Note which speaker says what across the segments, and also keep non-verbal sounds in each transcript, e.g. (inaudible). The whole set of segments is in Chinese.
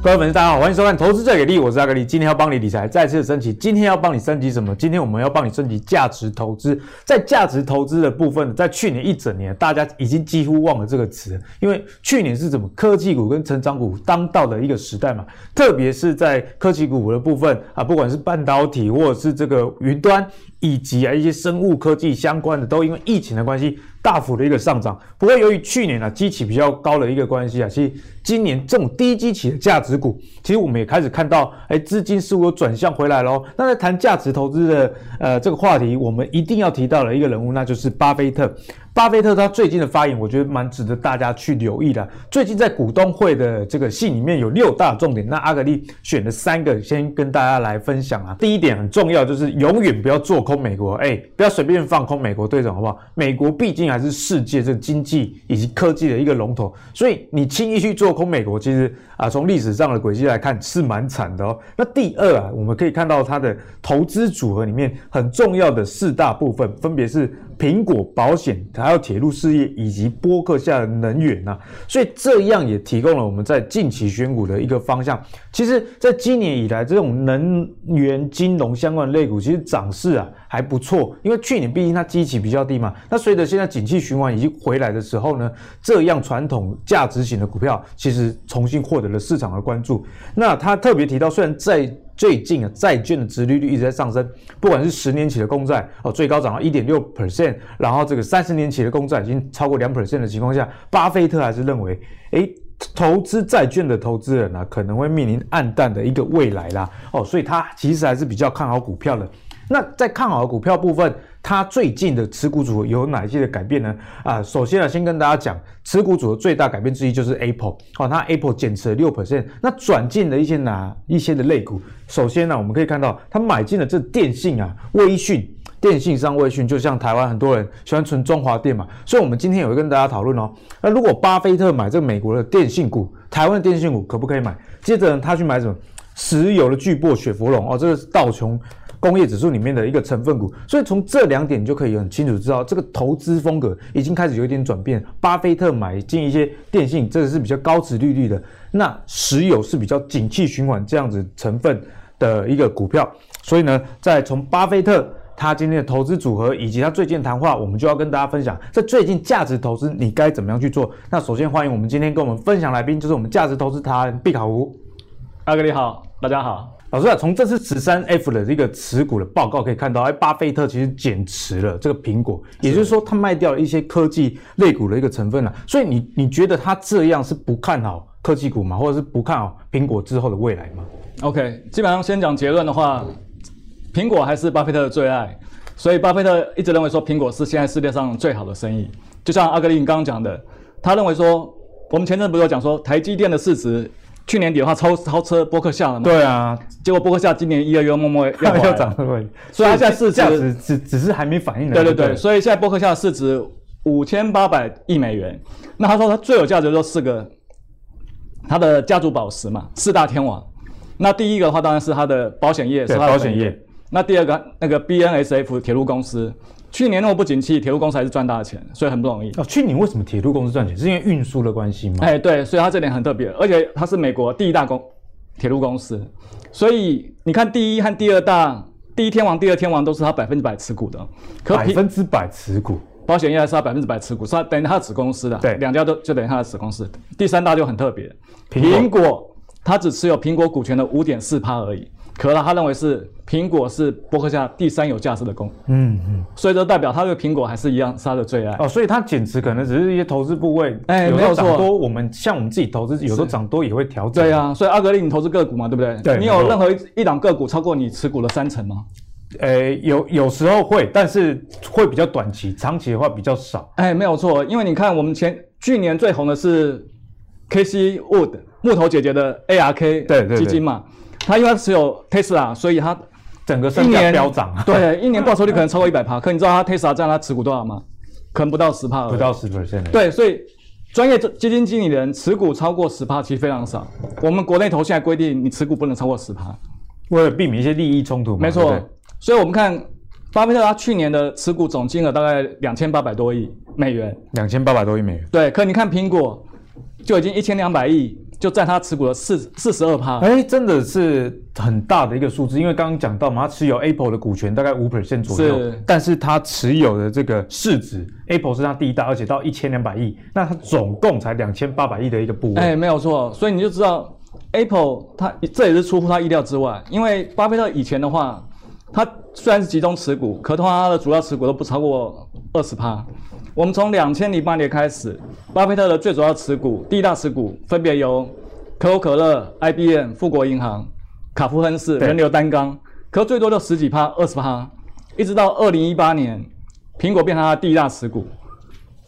Speaker 1: 各位粉丝，大家好，欢迎收看《投资最给力》，我是阿格力。今天要帮你理财，再次升级。今天要帮你升级什么？今天我们要帮你升级价值投资。在价值投资的部分，在去年一整年，大家已经几乎忘了这个词，因为去年是怎么科技股跟成长股当道的一个时代嘛。特别是在科技股的部分啊，不管是半导体或者是这个云端，以及啊一些生物科技相关的，都因为疫情的关系。大幅的一个上涨。不过由于去年啊基期比较高的一个关系啊，其实今年这种低基期的价值股，其实我们也开始看到，哎，资金似乎有转向回来喽。那在谈价值投资的呃这个话题，我们一定要提到的一个人物，那就是巴菲特。巴菲特他最近的发言，我觉得蛮值得大家去留意的。最近在股东会的呃这个信里面有六大重点，那阿格力选了三个，先跟大家来分享啊。第一点很重要，就是永远不要做空美国，哎，不要随便放空美国队长，好不好？美国毕竟还是世界这经济以及科技的一个龙头，所以你轻易去做空美国，其实啊，从历史上的轨迹来看是蛮惨的哦。那第二啊，我们可以看到它的投资组合里面很重要的四大部分，分别是苹果、保险、它。还有铁路事业以及波克夏的能源呐、啊，所以这样也提供了我们在近期选股的一个方向。其实，在今年以来，这种能源、金融相关的类股，其实涨势啊还不错。因为去年毕竟它基期比较低嘛，那随着现在景气循环已经回来的时候呢，这样传统价值型的股票其实重新获得了市场的关注。那他特别提到，虽然在最近啊，债券的殖利率一直在上升，不管是十年期的公债哦，最高涨到一点六 percent，然后这个三十年期的公债已经超过两 percent 的情况下，巴菲特还是认为，诶。投资债券的投资人啊，可能会面临暗淡的一个未来啦哦，所以他其实还是比较看好股票的。那在看好股票部分，它最近的持股组合有哪一些的改变呢？啊，首先啊，先跟大家讲，持股组合最大改变之一就是 Apple 哦，它 Apple 减持了六 percent，那转进了一些哪一些的类股？首先呢、啊，我们可以看到它买进了这电信啊、微讯。电信上微讯，就像台湾很多人喜欢存中华电嘛，所以我们今天也会跟大家讨论哦。那如果巴菲特买这个美国的电信股，台湾的电信股可不可以买？接着他去买什么？石油的巨擘雪佛龙哦，这个是道琼。工业指数里面的一个成分股，所以从这两点你就可以很清楚知道，这个投资风格已经开始有一点转变。巴菲特买进一些电信，这个是比较高值利率的；那石油是比较景气循环这样子成分的一个股票。所以呢，在从巴菲特他今天的投资组合以及他最近谈话，我们就要跟大家分享，在最近价值投资你该怎么样去做。那首先欢迎我们今天跟我们分享来宾，就是我们价值投资达人毕卡湖。
Speaker 2: 阿哥你好，大家好。
Speaker 1: 老师啊，从这次十三 F 的这个持股的报告可以看到，哎，巴菲特其实减持了这个苹果，也就是说他卖掉了一些科技类股的一个成分了、啊。所以你你觉得他这样是不看好科技股吗？或者是不看好苹果之后的未来吗
Speaker 2: ？OK，基本上先讲结论的话，苹果还是巴菲特的最爱，所以巴菲特一直认为说苹果是现在世界上最好的生意。就像阿格林刚刚讲的，他认为说，我们前阵不是有讲说台积电的市值。去年底的话超超车波克夏了嘛？
Speaker 1: 对啊，
Speaker 2: 结果波克夏今年一二月默默要 (laughs)
Speaker 1: 要涨，对，
Speaker 2: 所以它现在市
Speaker 1: 值只只是还没反应。
Speaker 2: 对对对，所以现在波克夏市值五千八百亿美元。那他说他最有价值就四个，他的家族宝石嘛，四大天王。那第一个的话当然是他的保险业，是
Speaker 1: 保险业。
Speaker 2: 那第二个那个 BNSF 铁路公司。去年那么不景气，铁路公司还是赚大钱，所以很不容易。
Speaker 1: 哦，去年为什么铁路公司赚钱？是因为运输的关系吗？
Speaker 2: 哎，对，所以它这点很特别，而且它是美国第一大公铁路公司，所以你看第一和第二大，第一天王、第二天王都是它百分之百持股的，
Speaker 1: 可百分之百持股，
Speaker 2: 保险业是它百分之百持股，是它等于它的子公司的，
Speaker 1: 对，
Speaker 2: 两家都就等于它的子公司。第三大就很特别，苹果，它只持有苹果股权的五点四趴而已。可了，他认为是苹果是伯克夏第三有价值的公，嗯嗯，所以这代表他对苹果还是一样他的最爱
Speaker 1: 哦，所以他减持可能只是一些投资部位，
Speaker 2: 哎，没有
Speaker 1: 涨多，我们像我们自己投资，有时候涨多也会调整，
Speaker 2: 对啊，所以阿格力，你投资个股嘛，对不对？
Speaker 1: 对，
Speaker 2: 你有任何一一档个股超过你持股的三成吗？
Speaker 1: 呃，有有时候会，但是会比较短期，长期的话比较少。
Speaker 2: 哎，没有错，因为你看我们前去年最红的是 K C Wood 木头姐姐的 A R K
Speaker 1: 对对
Speaker 2: 基金嘛。他因为持有 Tesla，所以他
Speaker 1: 整个身价飙涨。啊
Speaker 2: 对，一年报酬率可能超过一百趴。可你知道他 Tesla 占他持股多少吗？可能不到十趴，
Speaker 1: 不到十 percent。
Speaker 2: 对，所以专业基金经理人持股超过十趴其实非常少。我们国内投现在规定，你持股不能超过十趴，
Speaker 1: 为了避免一些利益冲突嘛。
Speaker 2: 没错。
Speaker 1: 啊对对
Speaker 2: 所以我们看巴菲特他去年的持股总金额大概两千八百多亿美元。
Speaker 1: 两千八百多亿美元。
Speaker 2: 对，可你看苹果就已经一千两百亿。就占他持股的四四十二趴。
Speaker 1: 哎，真的是很大的一个数字，因为刚刚讲到嘛，他持有 Apple 的股权大概五 percent 左右，
Speaker 2: 是
Speaker 1: 但是他持有的这个市值，Apple 是他第一大，而且到一千两百亿，那他总共才两千八百亿的一个部位，
Speaker 2: 哎，没有错，所以你就知道 Apple 它这也是出乎他意料之外，因为巴菲特以前的话，他虽然是集中持股，可通常他的主要持股都不超过二十趴。我们从两千零八年开始，巴菲特的最主要持股、第一大持股分别由可口可乐、IBM、富国银行、卡夫亨氏、
Speaker 1: 对
Speaker 2: 人流单缸，可最多就十几趴、二十趴，一直到二零一八年，苹果变成他的第一大持股。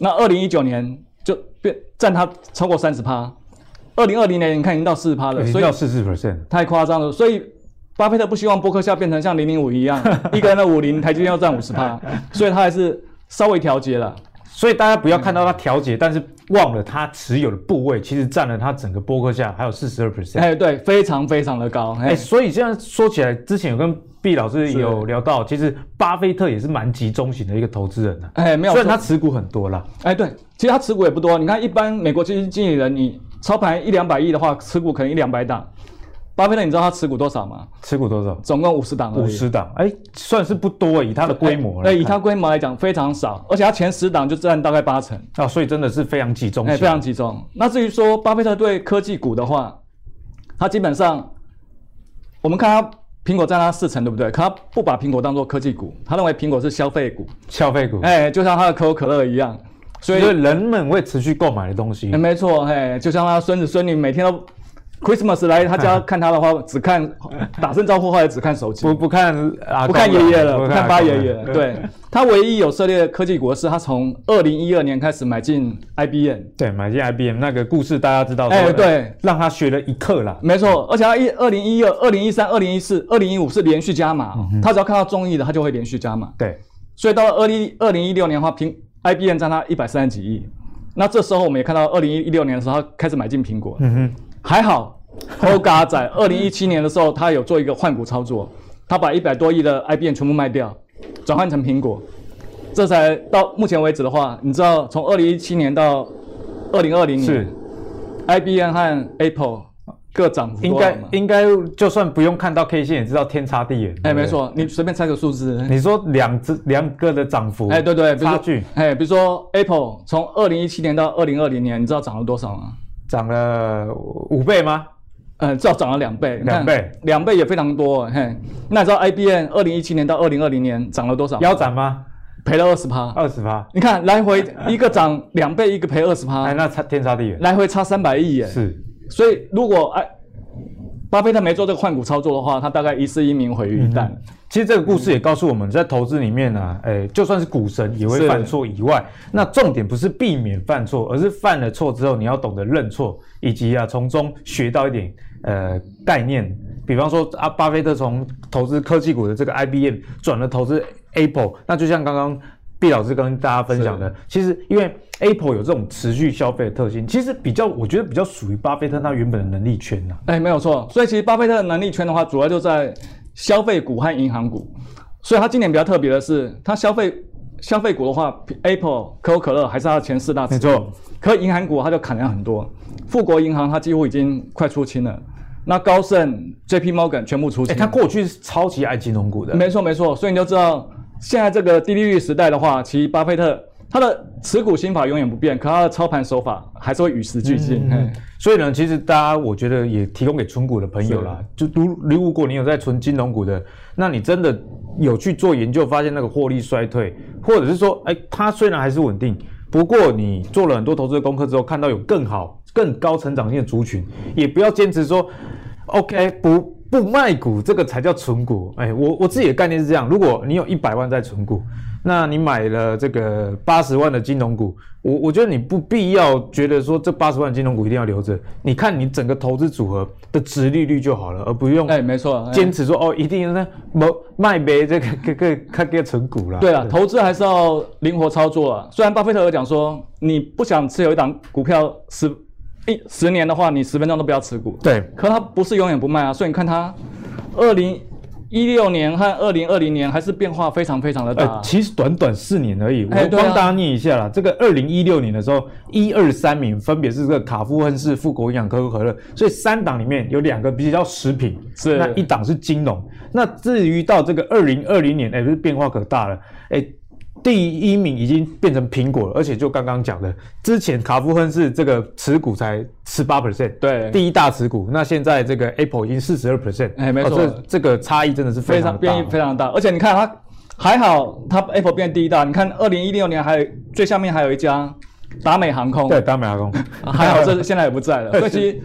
Speaker 2: 那二零一九年就变占它超过三十趴，二零二零年你看已经到四十趴了，
Speaker 1: 已经
Speaker 2: 所以
Speaker 1: 到四十 percent。
Speaker 2: 太夸张了。所以巴菲特不希望伯克夏变成像零零五一
Speaker 1: (laughs)
Speaker 2: 样，一个人的五零，台积电要占五十趴，所以他还是稍微调节了。
Speaker 1: 所以大家不要看到它调节，但是忘了它持有的部位其实占了它整个波克下还有四十二 percent。
Speaker 2: 哎，对，非常非常的高。
Speaker 1: 哎、
Speaker 2: 哎，
Speaker 1: 所以这样说起来，之前有跟毕老师
Speaker 2: 是
Speaker 1: 有聊到，其实巴菲特也是蛮集中型的一个投资人啊。
Speaker 2: 哎，没有
Speaker 1: 虽
Speaker 2: 错
Speaker 1: 然。他持股很多啦，
Speaker 2: 哎，对，其实他持股也不多。你看，一般美国基金经理人，你操盘一两百亿的话，持股可能一两百档。巴菲特，你知道他持股多少吗？
Speaker 1: 持股多少？
Speaker 2: 总共五十档而已。
Speaker 1: 五十档，哎、算是不多，啊以它的规模来
Speaker 2: 对，
Speaker 1: 看
Speaker 2: 哎以它规模来讲非常少，而且它前十档就占大概八成，
Speaker 1: 啊，所以真的是非常集中
Speaker 2: 哎，
Speaker 1: 型。
Speaker 2: 非常集中。那至于说巴菲特对科技股的话，他基本上，我们看他苹果占他四成，对不对？可他不把苹果当做科技股，他认为苹果是消费股，
Speaker 1: 消费股，
Speaker 2: 哎，就像他的可口可乐一样。所
Speaker 1: 所
Speaker 2: 以
Speaker 1: 以，人们会持续购买的东西
Speaker 2: 哎，。没错，嘿，就像他孙子孙女每天都 Christmas 来他家看他的话，只看打声招呼，后来只看手机
Speaker 1: 不。不看啊，
Speaker 2: 不看爷爷了，不看
Speaker 1: 阿
Speaker 2: 八
Speaker 1: 公
Speaker 2: 爷爷了。对他唯一有涉猎科技股的是，他从二零一二年开始买进 IBM。
Speaker 1: 对，买进 IBM 那个故事大家知道。
Speaker 2: 哎
Speaker 1: 说呃
Speaker 2: 对，
Speaker 1: 让他学了一课啦。
Speaker 2: 没错，而且他一二零一二、二零一三、二零一四、二零一五是连续加码哦，他只要看到中意的，他就会连续加码。
Speaker 1: 对，
Speaker 2: 所以到了二零二零一六年的话，苹 IBM 占他一百三十几亿。那这时候我们也看到，二零一六年的时候，他开始买进苹果了。
Speaker 1: 嗯哼，
Speaker 2: 还好 h o g a 在二零一七年的时候，他有做一个换股操作，他把一百多亿的 IBM 全部卖掉，转换成苹果。这才到目前为止的话，你知道从二零一七年到二零二零
Speaker 1: 是
Speaker 2: 年，IBM 和 Apple 各涨幅
Speaker 1: 应
Speaker 2: 多少啊
Speaker 1: 该
Speaker 2: 吗？
Speaker 1: 应该就算不用看到 K 线也知道天差地远。
Speaker 2: 哎，
Speaker 1: 对不对
Speaker 2: 没。错，你随便猜个数字。
Speaker 1: 你说两只两个的涨幅，
Speaker 2: 哎，对对，比如
Speaker 1: 差
Speaker 2: 说
Speaker 1: 距。
Speaker 2: 哎，比如说 Apple 从二零一七年到二零二零年，你知道涨了多少吗？
Speaker 1: 涨了五倍吗？
Speaker 2: 嗯，至少涨了两倍，你看
Speaker 1: 两倍，
Speaker 2: 两倍也非常多。嘿，那你知道 IBM 二零一七年到二零二零年涨了多少？
Speaker 1: 腰斩吗？
Speaker 2: 赔了二十趴。
Speaker 1: 二十趴，
Speaker 2: 你看来回一个涨两倍，一个赔二十
Speaker 1: 哎，
Speaker 2: 趴，
Speaker 1: 那差天差地远。
Speaker 2: 来回差三百亿耶。
Speaker 1: 是，
Speaker 2: 所以如果哎，巴菲特没做这个换股操作的话，他大概一世英名毁于一
Speaker 1: 嗯
Speaker 2: 旦。
Speaker 1: 其实这个故事也告诉我们，在投资里面呢、哎，就算是股神也会
Speaker 2: 是
Speaker 1: 犯错以外，那重点不是避免犯错，而是犯了错之后你要懂得认错，以及啊从中学到一点呃概念。比方说啊，巴菲特从投资科技股的这个 IBM 转了投资 Apple，那就像刚刚毕老师跟大家分享的，其实因为 Apple 有这种持续消费的特性，其实比较我觉得比较属于巴菲特他原本的能力圈呐、
Speaker 2: 哎，没有错。所以其实巴菲特的能力圈的话，主要就在消费股和银行股。所以他今年比较特别的是，他消费消费股的话，Apple、可口可乐还是他的前四大持股
Speaker 1: 没错。
Speaker 2: 可银行股它就砍了很多，富国银行它几乎已经快出清了。那高盛、J.P. Morgan 全部出
Speaker 1: 哎、
Speaker 2: 清。
Speaker 1: 他过去是超级爱金融股的，
Speaker 2: 没错没错，所以你就知道现在这个低利率时代的话，其实巴菲特他的持股心法永远不变，可他的操盘手法还是会与时俱进。嘿
Speaker 1: 所以呢，其实大家我觉得也提供给存股的朋友啦，就如如果你有在存金融股的，那你真的有去做研究，发现那个获利衰退，或者是说，哎，它虽然还是稳定，不过你做了很多投资的功课之后，看到有更好、更高成长性的族群，也不要坚持说，OK 不。不卖股，这个才叫存股。哎，我我自己的概念是这样：如果你有一百万在存股，那你买了这个八十万的金融股，我我觉得你不必要觉得说这八十万金融股一定要留着，你看你整个投资组合的值利率就好了，而不用
Speaker 2: 哎，没错。哎
Speaker 1: 坚持说、哦，一定那某卖呗，这个这个看个存股啦。
Speaker 2: 对啊了，投资还是要灵活操作啊。虽然巴菲特有讲说，你不想持有一档股票十一十年的话，你十分钟都不要持股。
Speaker 1: 对，
Speaker 2: 可他不是永远不卖啊，所以你看他二零一六年和二零二零年还是变化非常非常的大。
Speaker 1: 呃，其实短短四年而已，我
Speaker 2: 啊哎对啊
Speaker 1: 帮大家念一下啦。这个二零一六年的时候，一二三名分别是这个卡夫亨氏、富国营养、可口可乐，所以三档里面有两个比较食品，
Speaker 2: 是
Speaker 1: 那一档是金融。那至于到这个二零二零年，哎，这变化可大了，哎。第一名已经变成苹果了，而且就刚刚讲的，之前卡夫亨氏这个持股才十八 percent，
Speaker 2: 对
Speaker 1: 第一大持股。那现在这个 Apple 已经四十二 percent，哦
Speaker 2: 哎没错
Speaker 1: 这这个差异真的是非
Speaker 2: 非
Speaker 1: 常
Speaker 2: 常
Speaker 1: 的大
Speaker 2: 变异非常大，而且你看它还好，它 Apple 变第一大。你看二零一六年还有最下面还有一家达美航空，
Speaker 1: 对，，达美阿公，
Speaker 2: (laughs) 还
Speaker 1: (laughs)
Speaker 2: 好这现在也不在了。所以其实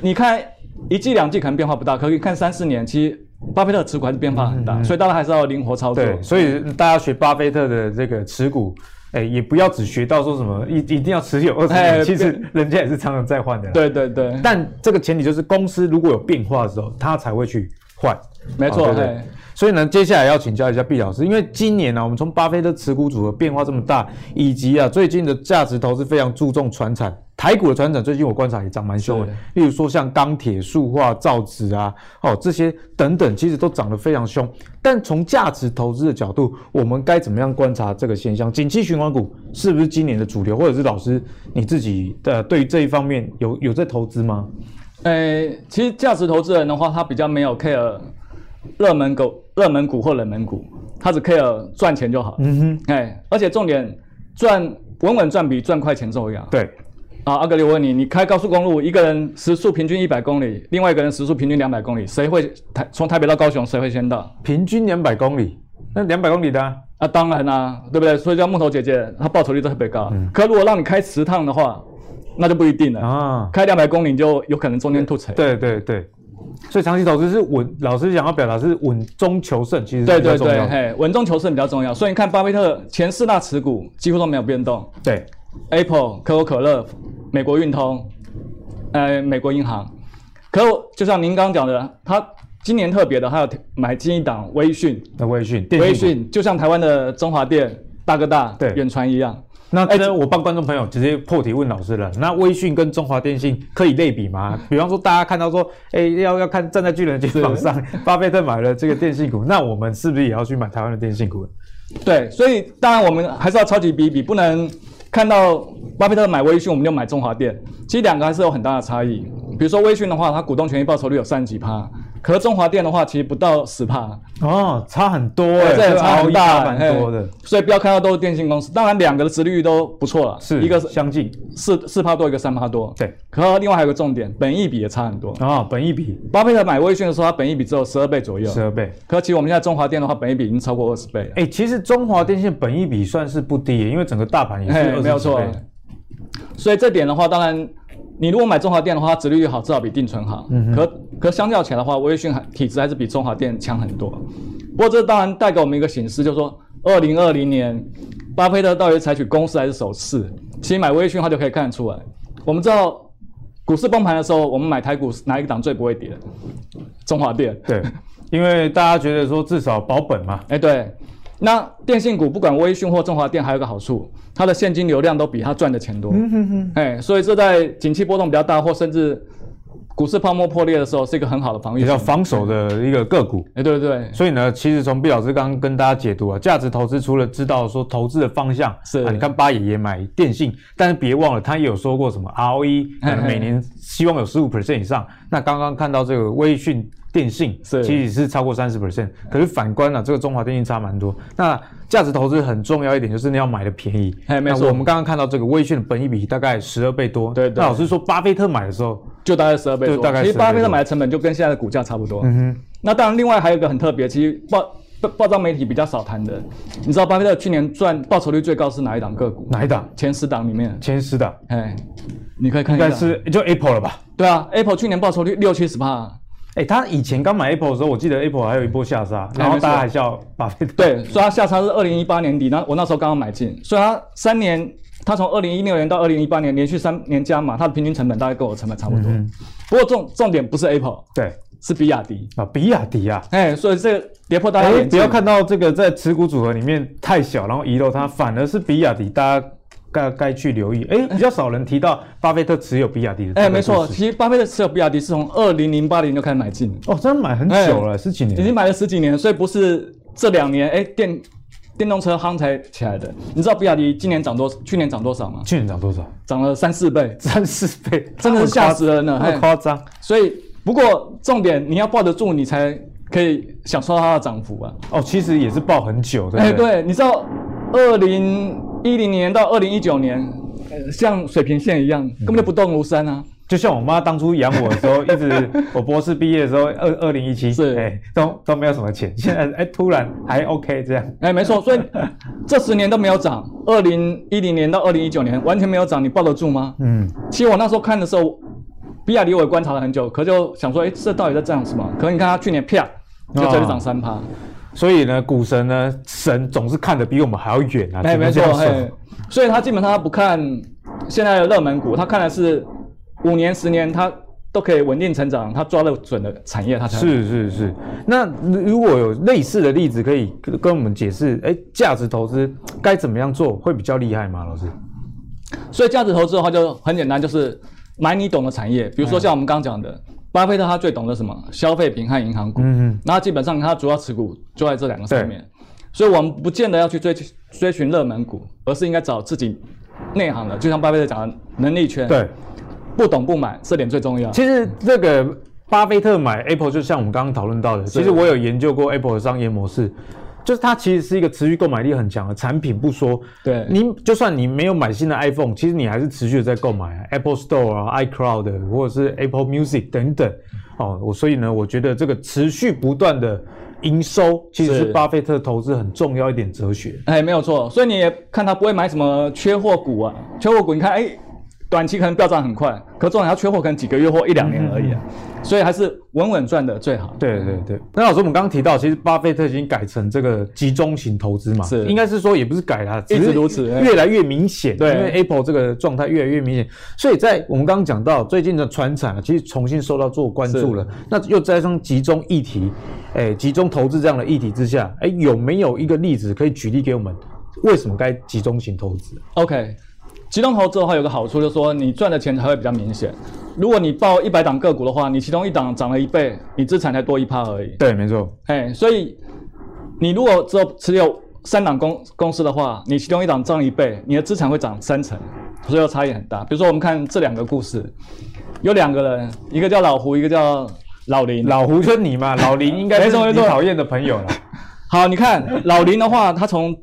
Speaker 2: 你看一季两季可能变化不大，可是你看三四年，其实巴菲特持股还是变化很大，所以大家还是要灵活操作。
Speaker 1: 嗯对，所以大家学巴菲特的这个持股，哎，也不要只学到说什么一一定要持有二十
Speaker 2: 哎
Speaker 1: 年，其实人家也是常常在换的。，
Speaker 2: 对对对，
Speaker 1: 但这个前提就是公司如果有变化的时候，他才会去换。
Speaker 2: 没错，
Speaker 1: 哦对对
Speaker 2: 嘿
Speaker 1: 所以呢，接下来要请教一下毕老师，因为今年呢、我们从巴菲特持股组合变化这么大，以及啊最近的价值投资非常注重船产，台股的船产最近我观察也涨蛮凶的
Speaker 2: 是，
Speaker 1: 例如说像钢铁、塑化、造纸啊，哦这些等等，其实都涨得非常哦凶。但从价值投资的角度，我们该怎么样观察这个现象？景气循环股是不是今年的主流？或者是老师你自己的、呃对于这一方面有有在投资吗？
Speaker 2: 诶、哎其实价值投资人的话，他比较没有 care 热门股、热门股或冷门股，他只 care 赚钱就好。嗯哼，哎、而且重点赚稳稳赚比赚快钱重要。
Speaker 1: 对，
Speaker 2: 啊，阿格里，我问你，你开高速公路，一个人时速平均一百公里，另外一个人时速平均两百公里，谁会台从台北到高雄，谁会先到？
Speaker 1: 平均两百公里，那两百公里的啊、
Speaker 2: 啊，当然啦、对不对？所以叫木头姐姐，她报酬率都特别高。
Speaker 1: 嗯
Speaker 2: 可如果让你开十趟的话，那就不一定了。
Speaker 1: 啊
Speaker 2: 开两百公里，你就有可能中间吐槽。
Speaker 1: 对对对，所以长期投资是稳，老师想要表达是稳中求胜，其实是
Speaker 2: 对
Speaker 1: 比较
Speaker 2: 对
Speaker 1: 重要
Speaker 2: 对，
Speaker 1: 的。
Speaker 2: 嘿，稳中求胜比较重要。所以你看，巴菲特前四大持股几乎都没有变动
Speaker 1: 对
Speaker 2: ，Apple、可口可乐、美国运通、呃，美国银行。可我就像您刚刚讲的，他今年特别的，还有买进一档微讯，
Speaker 1: 那微讯，电
Speaker 2: 微
Speaker 1: 信股，
Speaker 2: 讯就像台湾的中华电、大哥大、
Speaker 1: 对
Speaker 2: 远传一样。
Speaker 1: 那
Speaker 2: 哎
Speaker 1: 这我帮观众朋友直接破题问老师了。那微讯跟中华电信可以类比
Speaker 2: (laughs)
Speaker 1: 吗？比方说大家看到说，哎，要要看站在巨人的肩膀
Speaker 2: (laughs)
Speaker 1: 上，巴菲特买了这个电信股，那我们是不是也要去买台湾的电信股？
Speaker 2: 对，所以当然我们还是要超级比一比，不能看到巴菲特买微讯，我们就买中华电。其实两个还是有很大的差异。比如说微讯的话，它股东权益报酬率有三十几趴，可是中华电的话，其实不到十趴，
Speaker 1: 哦，差很多
Speaker 2: 对
Speaker 1: 哎，
Speaker 2: 这也差
Speaker 1: 差
Speaker 2: 很
Speaker 1: 大
Speaker 2: 大，
Speaker 1: 蛮多
Speaker 2: 嘿
Speaker 1: 的，
Speaker 2: 所以不要看到都是电信公司，当然两个的殖利率都不错了，
Speaker 1: 是
Speaker 2: 哎一个是
Speaker 1: 相近，
Speaker 2: 四四趴多，一个三趴多。
Speaker 1: 对，
Speaker 2: 可另外还有个重点，本益比也差很多。
Speaker 1: 啊，本一比
Speaker 2: 巴菲特买微讯的时候，它本益比只有十二倍左右
Speaker 1: 十，二倍。
Speaker 2: 可其实我们现在中华电的话，本益比已经超过二十倍了。
Speaker 1: 哎，其实中华电信本一比算是不低耶，因为整个大盘也是
Speaker 2: 嘿
Speaker 1: 二
Speaker 2: 哎没有
Speaker 1: 十
Speaker 2: 错
Speaker 1: 倍。。
Speaker 2: 所以这点的话，当然，你如果买中华电的话，它殖利率好，至少比定存好。可可相较起来的话，微讯还体质还是比中华电强很多。不过这当然带给我们一个醒思，就是说，二零二零年，巴菲特到底采取公司还是首次？其实买微讯的话就可以看得出来。我们知道股市崩盘的时候，我们买台股哪一个档最不会跌？中华电。
Speaker 1: 对，因为大家觉得说至少保本
Speaker 2: (laughs)
Speaker 1: 嘛，
Speaker 2: 哎，对。那电信股不管微讯或中华电，还有个好处，它的现金流量都比它赚的钱多。嗯哼哼。哎，所以这在景气波动比较大，或甚至股市泡沫破裂的时候，是一个很好的防御
Speaker 1: 比较
Speaker 2: 性。
Speaker 1: 防守的一个个股。
Speaker 2: 哎，对对对，
Speaker 1: 所以呢，其实从毕老师刚刚跟大家解读啊，价值投资除了知道说投资的方向
Speaker 2: 是
Speaker 1: 啊，你看八爷也买电信，但是别忘了他也有说过什么
Speaker 2: (laughs)
Speaker 1: ROE，可能每年希望有十五 percent 以上。那刚刚看到这个微讯电信
Speaker 2: 是
Speaker 1: 其实是超过三十 percent，可是反观呢、啊，这个中华电信差蛮多。那价值投资很重要一点就是你要买的便宜。
Speaker 2: 哎没
Speaker 1: 那
Speaker 2: 错
Speaker 1: 我们刚刚看到这个微讯的本益比大概十二倍多。
Speaker 2: 对对
Speaker 1: 那老师说巴菲特买的时候，
Speaker 2: 就大概十二倍
Speaker 1: 就
Speaker 2: 多。
Speaker 1: 大概
Speaker 2: 其实
Speaker 1: 12倍
Speaker 2: 巴菲特
Speaker 1: 多
Speaker 2: 买的成本就跟现在的股价差不
Speaker 1: 嗯
Speaker 2: 多。那当然，另外还有一个很特别，其实报报报章媒体比较少谈的，你知道巴菲特去年赚报酬率最高是哪一档个股？
Speaker 1: 哪一档
Speaker 2: 前十档里面，
Speaker 1: 前十档
Speaker 2: 哎，你可以看
Speaker 1: 应
Speaker 2: 一
Speaker 1: 该
Speaker 2: 下。
Speaker 1: 是就 Apple 了吧？
Speaker 2: 对啊，Apple 去年报酬率六七十趴。
Speaker 1: 哎、他以前刚买 Apple 的时候，我记得 Apple 还有一波下杀，然后
Speaker 2: 没错
Speaker 1: 大嗯家还笑 (laughs) 巴菲特。
Speaker 2: 对，所以它下差是二零一八年底，那我那时候刚刚买进，所以它三年，它从二零一六年到二零一八年连续三年加码，它的平均成本大概跟我成本差不多。不过重重点不是 Apple，
Speaker 1: 对
Speaker 2: 是比亚迪。
Speaker 1: 啊，比亚迪啊，
Speaker 2: 哎，所以这个跌破大家
Speaker 1: 哎、
Speaker 2: 眼
Speaker 1: 不
Speaker 2: 镜
Speaker 1: 要看到这个在持股组合里面太小，然后遗漏它，反而是比亚迪，大家该该去留意。哎，比较少人提到巴菲特持有比亚迪的这
Speaker 2: 哎，
Speaker 1: 个
Speaker 2: 没错，
Speaker 1: 故事
Speaker 2: 其实巴菲特持有比亚迪是从二零零八年就开始买进，
Speaker 1: 哦，真的买很久了，十几
Speaker 2: 已
Speaker 1: 年。
Speaker 2: 经买了十几年，所以不是这两年哎电电动车夯才起来的。你知道比亚迪今年涨多，去年涨多少吗？
Speaker 1: 去年涨多少？
Speaker 2: 涨了三四倍，
Speaker 1: 三四 (laughs) 倍，
Speaker 2: 真的是吓死人
Speaker 1: 那
Speaker 2: 了
Speaker 1: 么
Speaker 2: 嘿
Speaker 1: 夸张。
Speaker 2: 所以不过重点你要抱得住，你才可以享受到它的涨幅啊。
Speaker 1: 哦，其实也是报很久，对
Speaker 2: 哎，
Speaker 1: 不对？
Speaker 2: 对，你知道二零一零年到二零一九年，呃像水平线一样，根本就不动如山啊。
Speaker 1: 就像我妈当初养我的时候，一直我博士毕业的时候，二二零一七，
Speaker 2: 是
Speaker 1: 哎，都都没有什么钱，现在哎突然还 OK 这样，
Speaker 2: 哎，
Speaker 1: (laughs)
Speaker 2: 没错，所以这十年都没有涨，二零一零年到二零一九年完全没有涨，你抱得住吗？
Speaker 1: 嗯，
Speaker 2: 其实我那时候看的时候，比亚迪我也观察了很久，可就想说，哎，这到底在涨什么？可你看它去年啪就直接涨三趴，
Speaker 1: 所以呢，股神呢，神总是看得比我们还要远啊，
Speaker 2: 哎，
Speaker 1: 只
Speaker 2: 没
Speaker 1: 能
Speaker 2: 错
Speaker 1: 这，样说
Speaker 2: 嘿，所以它基本上它不看现在的热门股，它看的是五年、十年它都可以稳定成长，它抓得准的产业，它才
Speaker 1: 是是是，那如果有类似的例子，可以跟跟我们解释，哎，价值投资该怎么样做会比较厉害吗？老师，
Speaker 2: 所以价值投资的话就很简单，就是买你懂的产业，比如说像我们刚刚讲的，巴菲特他最懂的什么消费品和银行股，
Speaker 1: 嗯
Speaker 2: 那基本上他主要持股就在这两个上面，所以我们不见得要去追追寻热门股，而是应该找自己内行的，就像巴菲特讲的能力圈，
Speaker 1: 哼，，对，
Speaker 2: 不懂不买，这点最重要。
Speaker 1: 其实这个巴菲特买 Apple，就像我们刚刚讨论到的，其实我有研究过 Apple 的商业模式，就是它其实是一个持续购买力很强的产品，不说，
Speaker 2: 对
Speaker 1: 你就算你没有买新的 iPhone，其实你还是持续的在购买啊 Apple Store 啊、iCloud 或者是 Apple Music 等等哦。我所以呢，我觉得这个持续不断的营收，其实是
Speaker 2: 是
Speaker 1: 巴菲特投资很重要一点哲学。
Speaker 2: 哎，没有错，所以你也看他不会买什么缺货股啊，缺货股你看，哎，短期可能飙涨很快，可重点它缺货可能几个月或一两年而已啊，所以还是稳稳赚的最好。
Speaker 1: 嗯对对对，那老师，我们刚刚提到，其实巴菲特已经改成这个集中型投资嘛，
Speaker 2: 是
Speaker 1: 应该是说也不是改啦，
Speaker 2: 一直
Speaker 1: 只是
Speaker 2: 如此哎
Speaker 1: 越来越明显，
Speaker 2: 对
Speaker 1: 因为 Apple 这个状态越来越明显，所以在我们刚刚讲到最近的传产啊，其实重新受到做关注了，那又加上集中议题，哎，集中投资这样的议题之下，哎，有没有一个例子可以举例给我们？为什么该集中型投资？
Speaker 2: OK，集中投资的话有个好处就是说你赚的钱才会比较明显。如果你报一百档个股的话，你其中一档涨了一倍，你资产才多一趴而已。
Speaker 1: 对，没错，
Speaker 2: 哎，所以你如果只有持有三档公公司的话，你其中一档涨一倍，你的资产会涨三成，所以差异很大。比如说我们看这两个故事，有两个人，一个叫老胡，一个叫老林。
Speaker 1: 老胡就是你嘛，老林应该
Speaker 2: (laughs) 没
Speaker 1: 是
Speaker 2: 错
Speaker 1: 你
Speaker 2: 没错
Speaker 1: 讨厌的朋友了，
Speaker 2: 好，你看老林的话，他从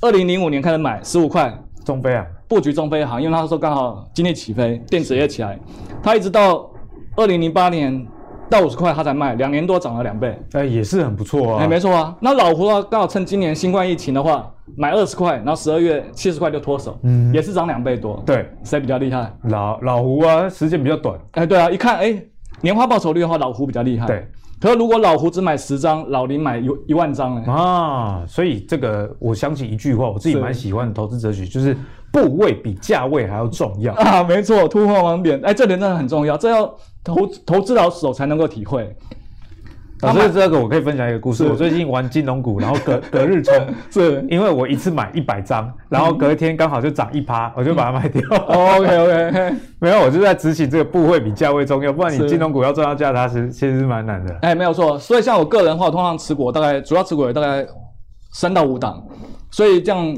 Speaker 2: 二零零五年开始买十五块，
Speaker 1: 钟飞啊，
Speaker 2: 布局中飞航，因为那时候刚好经济起飞，电子业起来，它一直到二零零八年到五十块它才卖，两年多涨了两倍，
Speaker 1: 哎，也是很不错
Speaker 2: 哎、
Speaker 1: 啊，
Speaker 2: 没错啊。那老胡啊，刚好趁今年新冠疫情的话，买二十块，然后十二月七十块就脱手，
Speaker 1: 嗯
Speaker 2: 也是涨两倍多，，
Speaker 1: 对。
Speaker 2: 谁比较厉害？
Speaker 1: 老老胡啊，时间比较短，
Speaker 2: 哎、对啊，一看哎、年化报酬率的话，老胡比较厉害，
Speaker 1: 对。
Speaker 2: 可是如果老胡只买十张，老林买一一万张呢？
Speaker 1: 啊，所以这个我想起一句话，我自己
Speaker 2: 是
Speaker 1: 蛮喜欢的投资哲学，就是部位比价位还要重要。
Speaker 2: (laughs) 啊，没错，突破盲点，哎、这点真的很重要，这要投投资老手才能够体会。
Speaker 1: 老
Speaker 2: 他
Speaker 1: 师，
Speaker 2: 买
Speaker 1: 这个我可以分享一个故事。
Speaker 2: 是
Speaker 1: 我最近玩金融股，然后
Speaker 2: (laughs)
Speaker 1: 隔隔日冲，
Speaker 2: 是
Speaker 1: 因为我一次买一百张，然后隔天刚好就涨一
Speaker 2: 嗯
Speaker 1: 趴，我就把它卖
Speaker 2: (laughs)
Speaker 1: 掉。
Speaker 2: ，OK OK，
Speaker 1: (laughs) 没有，我就在执行这个部位比价位重要，不然你
Speaker 2: 是
Speaker 1: 金融股要赚到价差是其实是蛮难的。
Speaker 2: 哎，没有错。所以像我个人的话，我通常持股大概主要持股有大概三到五档，所以这样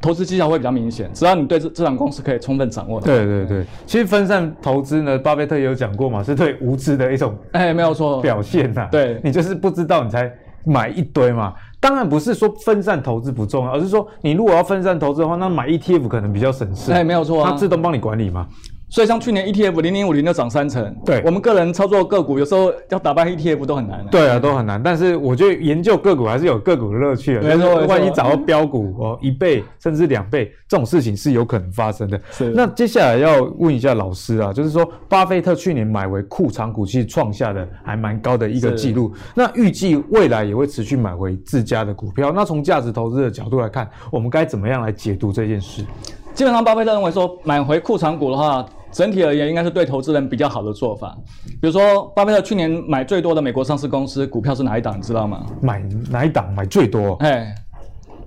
Speaker 2: 投资绩效会比较明显。只要你对这这档公司可以充分掌握的，
Speaker 1: 对对对，其实分散投资呢，巴菲特也有讲过嘛，是对无知的一种
Speaker 2: 哎，没有错，
Speaker 1: 表现呐、
Speaker 2: 对
Speaker 1: 你就是不知道你才买一堆嘛。当然不是说分散投资不重要，而是说你如果要分散投资的话，那买 ETF 可能比较省事。
Speaker 2: 哎，没有错
Speaker 1: 它
Speaker 2: 啊
Speaker 1: 自。动帮你管理嘛。
Speaker 2: 所以像去年 ETF 零零五零就涨三成，
Speaker 1: 对
Speaker 2: 我们个人操作个股，有时候要打败 ETF 都很难。，
Speaker 1: 对啊，都很难。但是我觉得研究个股还是有个股的乐趣啊。
Speaker 2: 没错
Speaker 1: 就是万一
Speaker 2: 没错
Speaker 1: 找到标股哦，一倍甚至两倍这种事情是有可能发生的。
Speaker 2: 是
Speaker 1: 那接下来要问一下老师啊，就是说巴菲特去年买回库藏股，其实创下的还蛮高的一个
Speaker 2: 是
Speaker 1: 记录。那预计未来也会持续买回自家的股票。那从价值投资的角度来看，我们该怎么样来解读这件事？
Speaker 2: 基本上巴菲特认为说买回库藏股的话，整体而言应该是对投资人比较好的做法。比如说巴菲特去年买最多的美国上市公司股票是哪一档，你知道吗？
Speaker 1: 买哪一档买最多？
Speaker 2: 哎，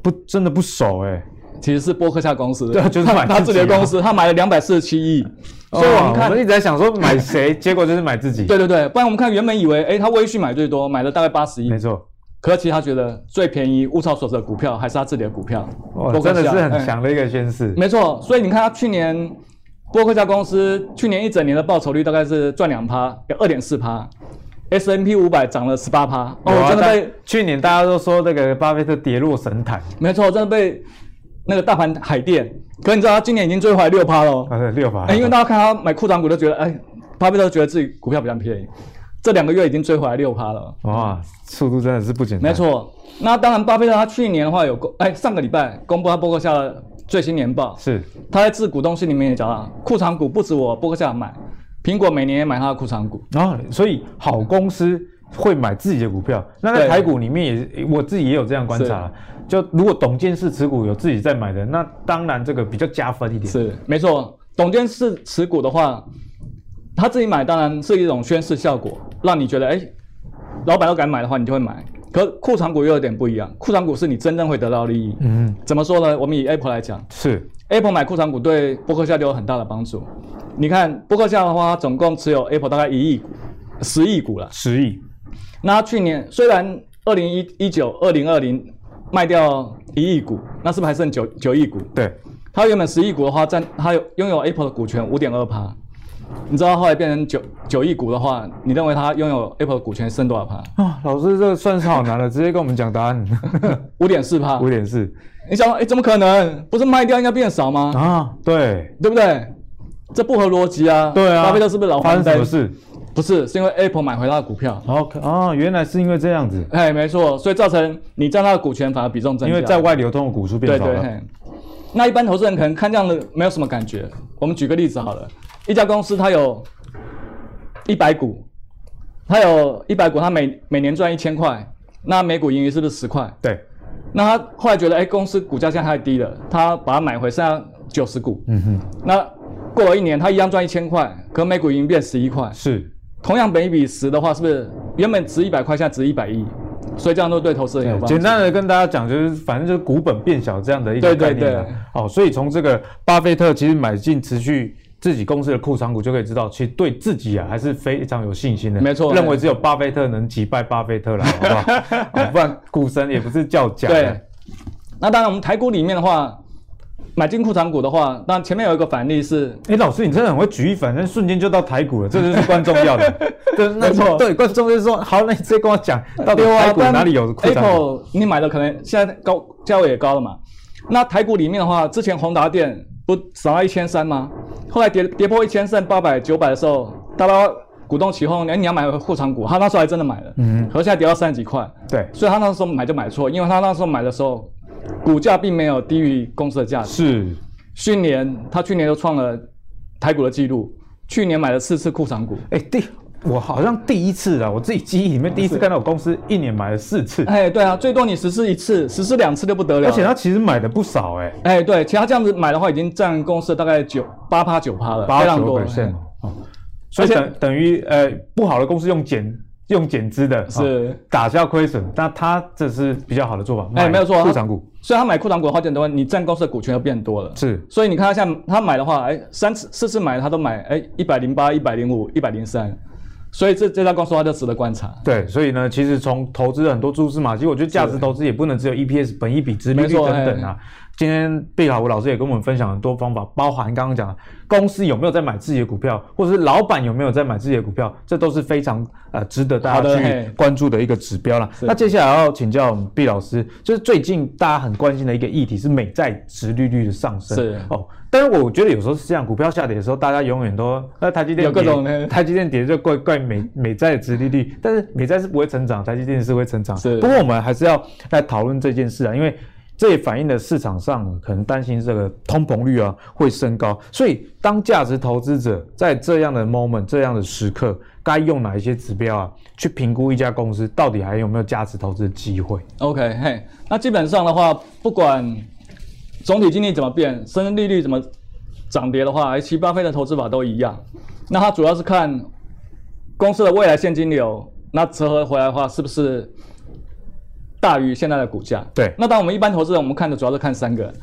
Speaker 1: 不，真的不熟哎、
Speaker 2: 其实是波克夏公司，
Speaker 1: 对就是买
Speaker 2: (laughs) 他
Speaker 1: 自己
Speaker 2: 自
Speaker 1: 啊
Speaker 2: 己的公司，他买了两百四十七亿，所以我们
Speaker 1: 哦
Speaker 2: 看
Speaker 1: 一直在想说买谁，结果就是买自己。
Speaker 2: 对对对，不然我们看原本以为，哎，他微讯买最多，买了大概八十亿
Speaker 1: 没，错，
Speaker 2: 可是其实他觉得最便宜物超所值的股票还是他自己的股票，
Speaker 1: 哇，
Speaker 2: 伯克
Speaker 1: 哦真的
Speaker 2: 夏
Speaker 1: 是很
Speaker 2: 哎
Speaker 1: 强的一个宣示。
Speaker 2: 没错，所以你看他去年波克夏公司去年一整年的报酬率大概是赚两趴，二点四趴，S M P 五百涨了十八趴，
Speaker 1: 有
Speaker 2: 哦，
Speaker 1: 啊
Speaker 2: 我真的
Speaker 1: 但
Speaker 2: 被
Speaker 1: 去年大家都说那个巴菲特跌落神坛，
Speaker 2: 没错，真的被那个大盘海淀，可你知道他今年已经追回来六趴了哦，
Speaker 1: 啊，对六吧
Speaker 2: 哎，因为大家看他买库存股都觉得，哎，巴菲特觉得自己股票比较便宜，这两个月已经追回来六趴了。
Speaker 1: 哇，速度真的是不简单。
Speaker 2: 没，错，那当然，巴菲特他去年的话有公，哎，上个礼拜公布他伯克夏的最新年报，
Speaker 1: 是
Speaker 2: 他在致股东信里面也讲到，库藏股不止我伯克夏买，苹果每年也买他的库藏股。
Speaker 1: 然后所以好公司会买自己的股票，那在
Speaker 2: 对
Speaker 1: 台股里面也，我自己也有这样观察，就如果董监事持股有自己在买的，那当然这个比较加分一点。
Speaker 2: 是，没错，董监事持股的话，他自己买当然是一种宣示效果，让你觉得哎，老板要敢买的话，你就会买。可库藏股又有点不一样，库藏股是你真正会得到利益。
Speaker 1: 嗯，
Speaker 2: 怎么说呢？我们以 Apple 来讲，
Speaker 1: 是
Speaker 2: Apple 买库藏股对伯克夏就有很大的帮助。你看伯克夏的话，它总共持有 Apple 大概一亿股、十亿股了。
Speaker 1: 十亿，
Speaker 2: 那它去年虽然二零一一九、二零二零卖掉一亿股，那是不是还剩九九亿股？
Speaker 1: 对，
Speaker 2: 它原本十亿股的话，占它有拥有 Apple 的股权五点二趴。你知道后来变成九九亿股的话，你认为它拥有 Apple 的股权剩多少趴？
Speaker 1: 啊、老师这个算是好难了，直接跟我们讲答案， (laughs)
Speaker 2: (laughs) 五点四趴
Speaker 1: 五。点四
Speaker 2: 你想说，哎，怎么可能？不是卖掉应该变少吗？
Speaker 1: 啊，对，
Speaker 2: 对不对？这不合逻辑啊！
Speaker 1: 对啊，
Speaker 2: 巴菲特是不是老
Speaker 1: 发生
Speaker 2: 翻
Speaker 1: 什
Speaker 2: 单
Speaker 1: 么？事
Speaker 2: 不是，是因为 Apple 买回他的股票。
Speaker 1: ？OK 啊，原来是因为这样子，
Speaker 2: 哎，没错，所以造成你占他的股权反而比重增
Speaker 1: 因
Speaker 2: 加。
Speaker 1: 为在外流通的股数变
Speaker 2: 对
Speaker 1: 少了。
Speaker 2: 对嘿那一般投资人可能看这样的没有什么感觉。我们举个例子好了，一家公司它有一百股，它有一百股，它每每年赚一千块，那每股盈余是不是十块？
Speaker 1: 对，
Speaker 2: 那他后来觉得，哎，公司股价现在太低了，他把它买回，剩下九十股。
Speaker 1: 嗯哼，
Speaker 2: 那过了一年，他一样赚一千块，可每股盈余变十一块。
Speaker 1: 是
Speaker 2: 同样本一比十的话，是不是原本值一百块，现在值一百亿？所以这样都对投资人有帮助。
Speaker 1: 简单的跟大家讲，就是反正就是股本变小这样的一个
Speaker 2: 对对
Speaker 1: 概念、啊。
Speaker 2: 对
Speaker 1: 哦，所以从这个巴菲特其实买进持续自己公司的库藏股，就可以知道，其实对自己啊还是非常有信心的。
Speaker 2: 没错
Speaker 1: 认为只有巴菲特能击败巴菲
Speaker 2: (laughs)
Speaker 1: 特了，好不好？哦不然股神也不是叫假
Speaker 2: 对
Speaker 1: 的。。
Speaker 2: 那当然，我们台股里面的话，买进库藏股的话，那前面有一个反例是，
Speaker 1: 哎，老师，你真的很会举一反三，瞬间就到台股了，这就是观众要
Speaker 2: (laughs)
Speaker 1: 的。对，那
Speaker 2: 没错啊
Speaker 1: 对观众就是说，好，那你直接跟我讲，到底台股
Speaker 2: 但
Speaker 1: 哪里有库藏股？
Speaker 2: ？Apple 你买的可能现在高价位也高了嘛。那台股里面的话，之前宏达电不涨到一千三吗？后来跌跌破一千剩八百九百的时候，大家股东起哄，哎，你要买回库藏股，他那时候还真的买了，
Speaker 1: 嗯
Speaker 2: 可是现在跌到三十几块，
Speaker 1: 对，
Speaker 2: 所以他那时候买就买错，因为他那时候买的时候，股价并没有低于公司的价值。
Speaker 1: 是
Speaker 2: 去年他去年就创了台股的记录，去年买了四次库藏股。
Speaker 1: 哎、第我好像第一次啊，我自己记忆里面第一次看到我公司一年买了四次，
Speaker 2: 哎，对啊，最多你实施一次，实施两次就不得了。
Speaker 1: 而且他其实买的不少哎、
Speaker 2: 哎，对，其他这样子买的话，已经占公司的大概九八趴九趴了，
Speaker 1: 八
Speaker 2: 非常
Speaker 1: 九
Speaker 2: 多。
Speaker 1: percent
Speaker 2: 哎
Speaker 1: 哦，所以
Speaker 2: 而且
Speaker 1: 等等于呃不好的公司用减用减资的
Speaker 2: 是
Speaker 1: 哦打消亏损，那他这是比较好的做法。
Speaker 2: 哎
Speaker 1: 买
Speaker 2: 没有错啊
Speaker 1: 市场股
Speaker 2: 所以他买库藏股的话，简单，你占公司的股权又变多了。
Speaker 1: 是
Speaker 2: 所以你看他像他买的话，哎，三次四次买他都买，哎，一百零八、一百零五、一百零三，所以这这家公司的话就值得观察。
Speaker 1: 对，所以呢，其实从投资很多蛛丝马迹，我觉得价值投资也不能只有 EPS、本益比、值利率
Speaker 2: 没错哎
Speaker 1: 等等啊。今天毕卡武老师也跟我们分享很多方法，包含刚刚讲的公司有没有在买自己的股票，或者是老板有没有在买自己的股票，这都是非常呃值得大
Speaker 2: 好
Speaker 1: 家
Speaker 2: 的哎
Speaker 1: 去
Speaker 2: 嘿
Speaker 1: 关注的一个指标啦。那接下来要请教我们毕老师，就是最近大家很关心的一个议题是美债值利率的上升。
Speaker 2: 是
Speaker 1: 哦，但是我觉得有时候是这样，股票下跌的时候，大家永远都那台积电
Speaker 2: 有各
Speaker 1: 跌
Speaker 2: 种呢
Speaker 1: 台积电跌就怪怪美美债的殖利率，但是美债是不会成长，台积电是会成长。
Speaker 2: 是
Speaker 1: 不过我们还是要来讨论这件事啊，因为这也反映了市场上可能担心这个通膨率啊会升高，所以当价值投资者在这样的 moment 这样的时刻，该用哪一些指标啊去评估一家公司到底还有没有价值投资的机会？
Speaker 2: OK，嘿，那基本上的话，不管总体经济怎么变，甚至利率怎么涨跌的话，其实巴菲特投资法都一样。那它主要是看公司的未来现金流，那折合回来的话，是不是大于现在的股价？
Speaker 1: 对
Speaker 2: 那当我们一般投资人，我们看的主要是看三个，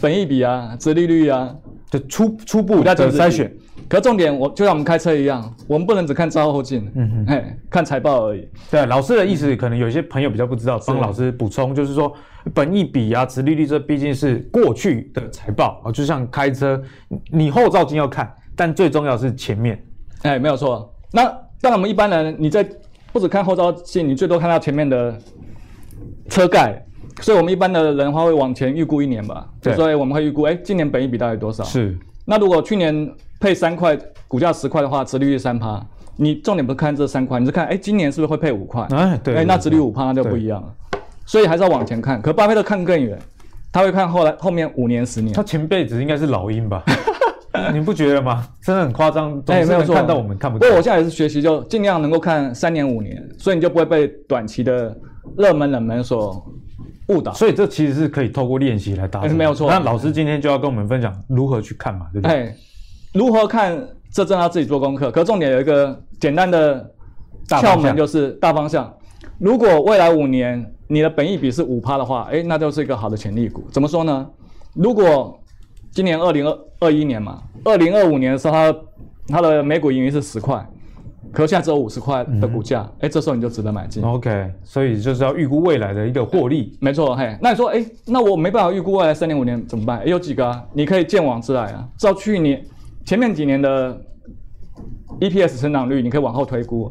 Speaker 2: 本益比啊、殖利率啊、
Speaker 1: 就初初步
Speaker 2: 股价
Speaker 1: 的
Speaker 2: 净值
Speaker 1: 筛选。。
Speaker 2: 可重点，我就像我们开车一样，我们不能只看照后镜，嗯哼，嘿，看财报而已。
Speaker 1: 对老师的意思，可能有些朋友比较不知道，帮老师补充，就是说，本益比啊、殖利率这毕竟是过去的财报啊，就像开车，你你后照镜要看，但最重要是前面。
Speaker 2: 哎，没有错。那当然，我们一般人你在不只看后照镜，你最多看到前面的车盖。所以，我们一般的人的话会往前预估一年吧，
Speaker 1: 对
Speaker 2: 所以我们会预估，哎，今年本益比大概多少？。
Speaker 1: 是，
Speaker 2: 那如果去年配三块，股价十块的话，殖利率三趴。你重点不是看这三块，你是看，哎，今年是不是会配五块？
Speaker 1: 哎对
Speaker 2: 哎，那
Speaker 1: 对
Speaker 2: 殖利率五趴那就不一样了。所以还是要往前看。可巴菲特看更远，他会看后来后面五年、十年
Speaker 1: 他。前辈子应该是老鹰吧？ (laughs) 你不觉得吗？真的很夸张，总
Speaker 2: 哎，
Speaker 1: 是
Speaker 2: 没有
Speaker 1: 能
Speaker 2: 错，
Speaker 1: 看到我们看不
Speaker 2: 不
Speaker 1: 到
Speaker 2: 过。我现在也是学习，就尽量能够看三年五年，所以你就不会被短期的热门冷门所误导。
Speaker 1: 所以这其实是可以透过练习来达成的，
Speaker 2: 哎没有错
Speaker 1: 那老师今天就要跟我们分享如何去看嘛，对不对？
Speaker 2: 哎，如何看？这真的要自己做功课。可重点有一个简单的
Speaker 1: 大
Speaker 2: 窍
Speaker 1: 方向
Speaker 2: 门，就是大方向。如果未来五年你的本益比是五趴的话，哎，那就是一个好的潜力股。怎么说呢？如果今年二零二二一年嘛，二零二五年的时候它，它的每股盈余是十块，可现在只有五十块的
Speaker 1: 嗯
Speaker 2: 股价，哎、这时候你就值得买进。
Speaker 1: OK，所以就是要预估未来的一个获利。
Speaker 2: 没错，嘿，那你说，哎，那我没办法预估未来三年五年怎么办？哎有几个啊？你可以见往知来啊，照去年前面几年的 EPS 成长率，你可以往后推估，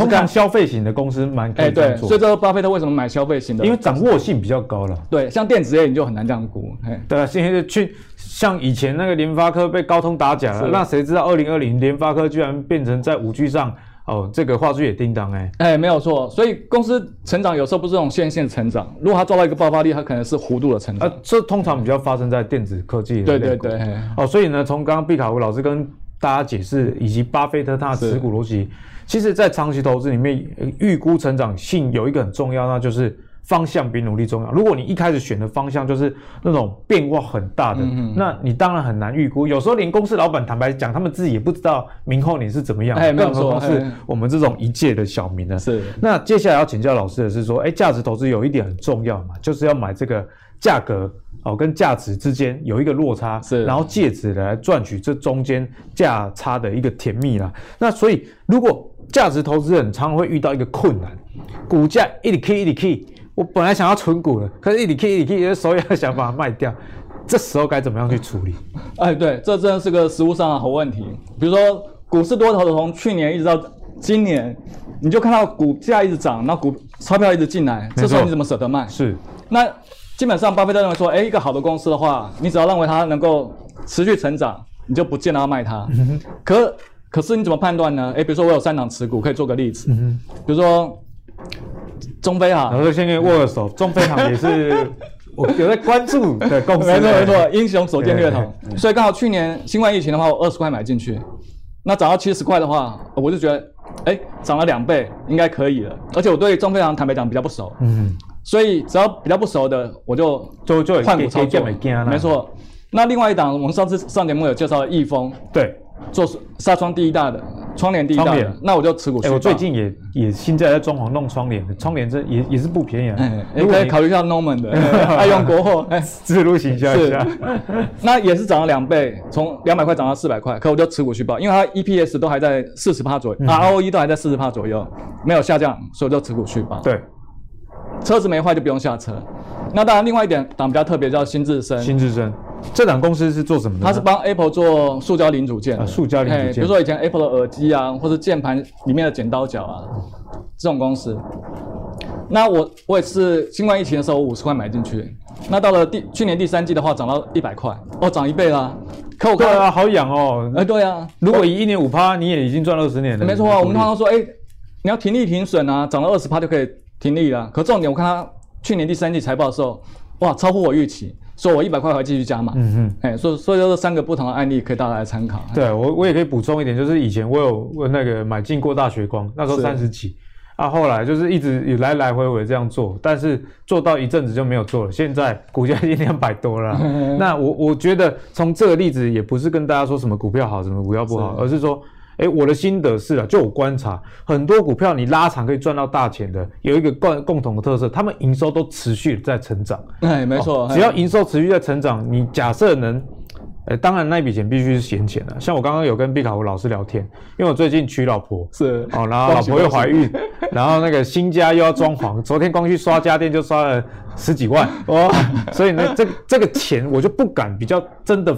Speaker 1: 通
Speaker 2: 是
Speaker 1: 常
Speaker 2: 看，
Speaker 1: 消费型的公司蛮可
Speaker 2: 哎，
Speaker 1: 以这
Speaker 2: 对，
Speaker 1: 样
Speaker 2: 所以
Speaker 1: 做，
Speaker 2: 这个巴菲特为什么买消费型的？
Speaker 1: 因为掌握性比较高了。
Speaker 2: 对，像电子业你就很难这样估，嘿，
Speaker 1: 对啊，现在就去像以前那个联发科被高通打假了，
Speaker 2: 是
Speaker 1: 那谁知道二零二零联发科居然变成在五 G 上哦，这个话术也叮当哎、
Speaker 2: 哎，没有错，所以公司成长有时候不是这种线性成长，如果它抓到一个爆发力，它可能是弧度的成长。
Speaker 1: 呃，这通常比较发生在电子科技的
Speaker 2: 对
Speaker 1: 类
Speaker 2: 对
Speaker 1: 股
Speaker 2: 对，嘿
Speaker 1: 哦，所以呢，从刚刚毕卡夫老师跟大家解释，以及巴菲特他的持股逻辑，其实在长期投资里面，呃预估成长性有一个很重要，那就是方向比努力重要。如果你一开始选的方向就是那种变化很大
Speaker 2: 嗯
Speaker 1: 的，那你当然很难预估。有时候连公司老板坦白讲，他们自己也不知道明后年是怎么样，
Speaker 2: 哎没有
Speaker 1: 更何况
Speaker 2: 错
Speaker 1: 是
Speaker 2: 哎
Speaker 1: 我们这种一介的小民呢。
Speaker 2: 是
Speaker 1: 那接下来要请教老师的是说，哎，价值投资有一点很重要嘛，就是要买这个价格哦跟价值之间有一个落差，
Speaker 2: 是
Speaker 1: 然后借此来赚取这中间价差的一个甜蜜啦。那所以如果价值投资人常常会遇到一个困难，股价一直 K 一直 K，我本来想要存股了，可是一直 K 一直 K，手也想把它卖掉，这时候该怎么样去处理？
Speaker 2: 哎，对，这真的是个实物上的好问题。比如说，股市多头的从去年一直到今年，你就看到股价一直涨，那股钞票一直进来，
Speaker 1: 错
Speaker 2: 这时候你怎么舍得卖？
Speaker 1: 是
Speaker 2: 那基本上，巴菲特认为说，哎，一个好的公司的话，你只要认为它能够持续成长，你就不见得要卖它。
Speaker 1: 嗯
Speaker 2: 可可是你怎么判断呢？哎，比如说我有三档持股，可以做个例
Speaker 1: 嗯
Speaker 2: 子，比如说中非啊，
Speaker 1: 老师先给你握个手，中非行也 (laughs) 是我有在关注的公司，
Speaker 2: 没错没错，英雄所见略
Speaker 1: 对
Speaker 2: 同。所以刚好去年新冠疫情的话，我二十块买进去，那涨到七十块的话，我就觉得，哎，涨了两倍，应该可以了。而且我对中非行坦白讲比较不熟，
Speaker 1: 嗯，
Speaker 2: 所以只要比较不熟的，我就
Speaker 1: 就就
Speaker 2: 换股操作。
Speaker 1: 没
Speaker 2: 没，错。那另外一档，我们上次上节目有介绍的易丰，
Speaker 1: 对。
Speaker 2: 做纱窗第一大的，窗帘第一大
Speaker 1: 窗
Speaker 2: 的
Speaker 1: 帘，
Speaker 2: 那我就持股
Speaker 1: 哎、
Speaker 2: 续
Speaker 1: 我
Speaker 2: 报
Speaker 1: 最近也也现在在装潢弄窗帘，窗帘这也也是不便宜啊。
Speaker 2: 哎，哎
Speaker 1: 如果
Speaker 2: 可以
Speaker 1: 你
Speaker 2: 考虑一下 Norman
Speaker 1: (laughs)
Speaker 2: 的，爱用国货， (laughs) 哎。
Speaker 1: 自路行销一下， (laughs)
Speaker 2: 那也是涨了两倍，从两百块涨到四百块，可我就持股续报，因为它 EPS 都还在四十趴左
Speaker 1: 嗯
Speaker 2: 右、r o e 都还在四十趴左右，没有下降，所以我就持股续报。，
Speaker 1: 对，
Speaker 2: 车子没坏就不用下车。那当然，另外一点档比较特别叫新智深，
Speaker 1: 新智深这档公司是做什么的呢？
Speaker 2: 它是帮 Apple 做塑胶零组件的、
Speaker 1: 啊塑胶零组件
Speaker 2: 哎比如说以前 Apple 的耳机啊，或是键盘里面的剪刀脚啊，这种公司。那我我也是新冠疫情的时候，我五十块买进去，那到了第去年第三季的话，涨到一百块，哦，涨一倍啦。可我
Speaker 1: 对
Speaker 2: 看到，
Speaker 1: 啊，好痒哦。
Speaker 2: 哎，对啊，
Speaker 1: 如果以一年五趴，你也已经赚二十年了。嗯
Speaker 2: 没错啊，我们通常说，哎、你要停利停损啊，涨到二十趴就可以停利了。可重点，我看它去年第三季财报的时候，哇，超乎我预期，所以我一百块还继续加码。嗯嗯，哎、所以所以说这三个不同的案例可以大家来参考。
Speaker 1: 对我我也可以补充一点，就是以前我有我那个买进过大学光，那时候
Speaker 2: 是
Speaker 1: 三十几，啊，后来就是一直来来回回这样做，但是做到一阵子就没有做了，现在股价已经两百多了啊。那我我觉得从这个例子也不是跟大家说什么股票好，什么股票不好，而是说。哎，我的心得是啊，就我观察，很多股票你拉长可以赚到大钱的，有一个共共同的特色，他们营收都持续在成长。
Speaker 2: 哎，没错，
Speaker 1: 哦只要
Speaker 2: 哎
Speaker 1: 营收持续在成长，你假设能，呃，当然那一笔钱必须是闲钱啊。像我刚刚有跟毕卡胡老师聊天，因为我最近娶老婆，
Speaker 2: 是
Speaker 1: 哦，然后老婆又怀孕， (laughs) 然后那个新家又要装潢，昨天光去刷家电就刷了十几万，
Speaker 2: 哦，
Speaker 1: 所以呢，这个这个钱我就不敢比较真的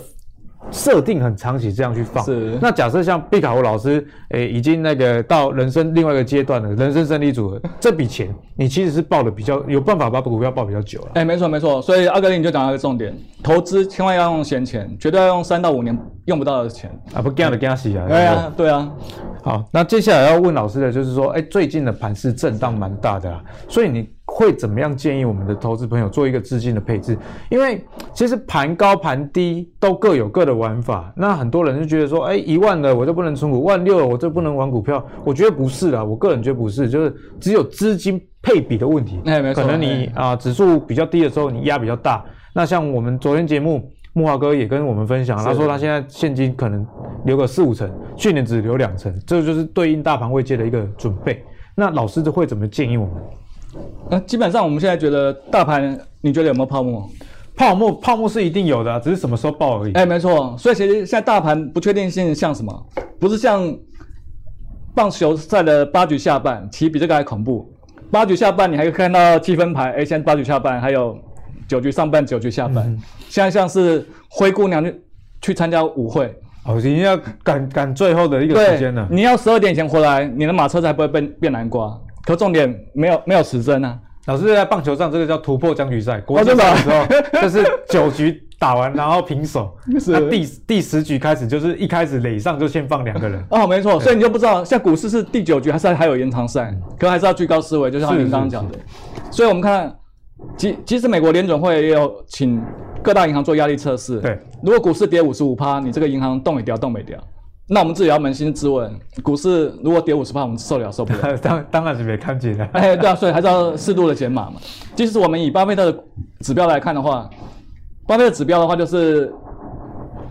Speaker 1: 设定很长期这样去放。
Speaker 2: 是
Speaker 1: 那假设像毕卡胡老师，诶、已经那个到人生另外一个阶段了，人生胜利组了，这笔钱你其实是抱的比较有办法把股票抱比较久啊了。
Speaker 2: 哎，没错没错，所以阿格里你就讲到一个重点，投资千万要用闲钱，绝对要用三到五年用不到的钱。
Speaker 1: 啊，不干了，干死啊！
Speaker 2: 对啊，对啊，
Speaker 1: 好，那接下来要问老师的就是说，哎，最近的盘市震荡蛮大的啊，所以你会怎么样建议我们的投资朋友做一个资金的配置？因为其实盘高盘低都各有各的玩法，那很多人就觉得说，哎，一万了我就不能存股，万六了我就不能玩股票，我觉得不是啊啦，我个人觉得不是，就是只有资金配比的问题。
Speaker 2: 哎没错
Speaker 1: 可能你啊、指数比较低的时候你压比较大，那像我们昨天节目。木华哥也跟我们分享，他说他现在现金可能留个四五成，去年只留两成，这就是对应大盘位阶的一个准备。那老师会怎么建议我们？
Speaker 2: 那基本上我们现在觉得大盘，你觉得有没有泡沫？
Speaker 1: 泡沫泡沫是一定有的啊、只是什么时候爆而已。
Speaker 2: 哎，没错，所以其实现在大盘不确定性像什么？不是像棒球赛的八局下半，其实比这个还恐怖。八局下半你还可以看到积分牌，哎，现在八局下半还有九局上半，九局下半，
Speaker 1: 嗯
Speaker 2: 现在像是灰姑娘去去参加舞会，
Speaker 1: 哦，已经要赶赶最后的一个时
Speaker 2: 对
Speaker 1: 间了，。
Speaker 2: 哎你要十二点以前回来，你的马车才不会变变南瓜。可重点没有没有时针啊，
Speaker 1: 老师在棒球上这个叫突破僵局赛，国
Speaker 2: 哦
Speaker 1: 际
Speaker 2: 真的
Speaker 1: 赛
Speaker 2: 啊
Speaker 1: 的时候就是九局打完然后平手，
Speaker 2: (laughs) 是
Speaker 1: 那第第十局开始就是一开始垒上就先放两个人。
Speaker 2: 哦，没错，所以你就不知道，像股市是第九局还是还有延长赛，可还是要居高思维，就
Speaker 1: 嗯
Speaker 2: 像
Speaker 1: 是
Speaker 2: 您刚刚讲的。所以我们看，即即使美国联准会也有请各大银行做压力测试，
Speaker 1: 对，
Speaker 2: 如果股市跌五十五趴，你这个银行动也掉，动没掉，那我们自己要扪心自问，股市如果跌五十趴，我们受得了受不了？
Speaker 1: (laughs) 当当然是没看见了。
Speaker 2: 哎，对啊，所以还是要适度的减码嘛。即使我们以巴菲特的指标来看的话，巴菲特指标的话就是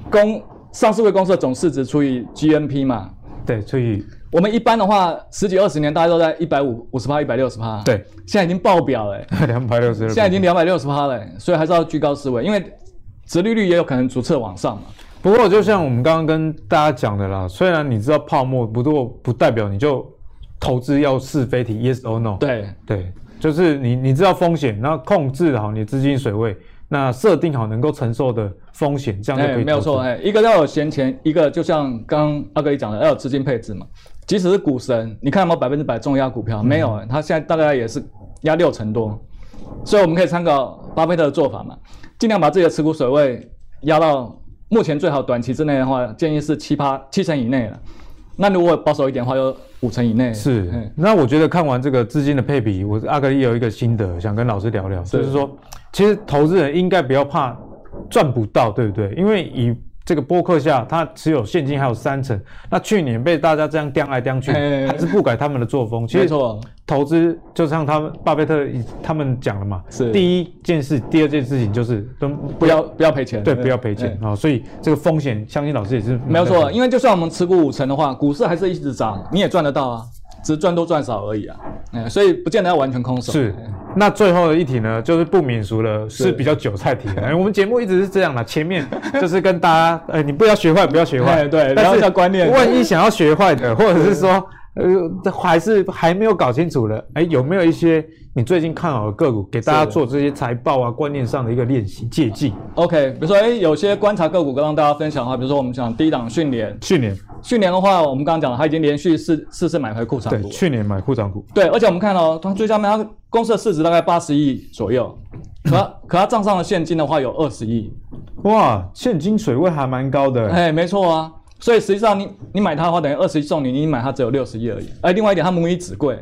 Speaker 2: 公上市贵公司的总市值除以 GNP 嘛。
Speaker 1: (laughs) 对，所以
Speaker 2: 我们一般的话，十几二十年大家都在一百五五十趴、一百六十趴，
Speaker 1: 对，
Speaker 2: 现在已经爆表了、欸，
Speaker 1: 两百六十二。
Speaker 2: 现在已经两百六十趴了、欸所以还是要居高思维，因为殖利率也有可能逐侧往上嘛。
Speaker 1: 不过，就像我们刚刚跟大家讲的啦，虽然你知道泡沫，不过不代表你就投资要是非题 yes or no。
Speaker 2: 对，
Speaker 1: 对，就是你你知道风险，然后控制好你资金水位，那设定好能够承受的风险，这样就可以
Speaker 2: 哎，
Speaker 1: 投资。
Speaker 2: 没有错，哎，一个要有闲钱，一个就像刚刚阿哥你讲的要有资金配置嘛。即使是股神，你看有没有百分之百重压股
Speaker 1: 嗯
Speaker 2: 票？没有、哎，他现在大概也是压六成多，所以我们可以参考巴菲特的做法嘛，尽量把自己的持股水位压到目前最好短期之内的话，建议是七趴七成以内了。那如果保守一点的话，就五成以内。
Speaker 1: 是
Speaker 2: 哎，
Speaker 1: 那我觉得看完这个资金的配比，我阿格力有一个心得，想跟老师聊聊，就是说，其实投资人应该不要怕赚不到，对不对？因为以这个播客下，他持有现金还有三成，那去年被大家这样颠来颠去，
Speaker 2: 哎
Speaker 1: 还是不改他们的作风。其
Speaker 2: 没
Speaker 1: 实
Speaker 2: 错，
Speaker 1: 投资就像他们巴菲特他们讲了嘛，
Speaker 2: 是
Speaker 1: 第一件事，第二件事情就是都
Speaker 2: 不要不要赔钱。
Speaker 1: 对不要赔钱
Speaker 2: 哎
Speaker 1: 啊、所以这个风险，相信老师也是
Speaker 2: 嗯没有错，
Speaker 1: 因
Speaker 2: 因为就算我们持股五成的话，股市还是一直
Speaker 1: 嗯
Speaker 2: 涨，你也赚得到啊，只是赚多赚少而已啊。哎、所以不见得要完全空手。
Speaker 1: 是，那最后的一题呢，就是不免俗了，是比较韭菜题
Speaker 2: (laughs)
Speaker 1: 了。哎我们节目一直是这样啦，前面 (laughs) 就是跟大家，呃，你不要学坏，不要学坏，
Speaker 2: 哎 (laughs) 对
Speaker 1: 但
Speaker 2: 聊
Speaker 1: 是
Speaker 2: 一下观念
Speaker 1: 万一想要学坏的，或者是说，呃，还是还没有搞清楚了，哎，有没有一些你最近看好的个股，给大家
Speaker 2: 是
Speaker 1: 做这些财报啊、观念上的一个练习借鉴？
Speaker 2: OK，比如说，哎、有些观察个股跟让大家分享的话，比如说我们讲低档训练，
Speaker 1: 去年
Speaker 2: 训练的话，我们刚刚讲了，它已经连续四四次买回库藏
Speaker 1: 对，
Speaker 2: 股。
Speaker 1: 去年买护涨股，
Speaker 2: 对，而且我们看哦，它最下面它公司的市值大概八十亿左右，可它可它账上的现金的话有二十亿，
Speaker 1: 哇，现金水位还蛮高的。
Speaker 2: 哎，没错啊。所以实际上你你买它的话，等于二十送你，你买它只有六十亿而已。哎，另外一点，它母以子贵，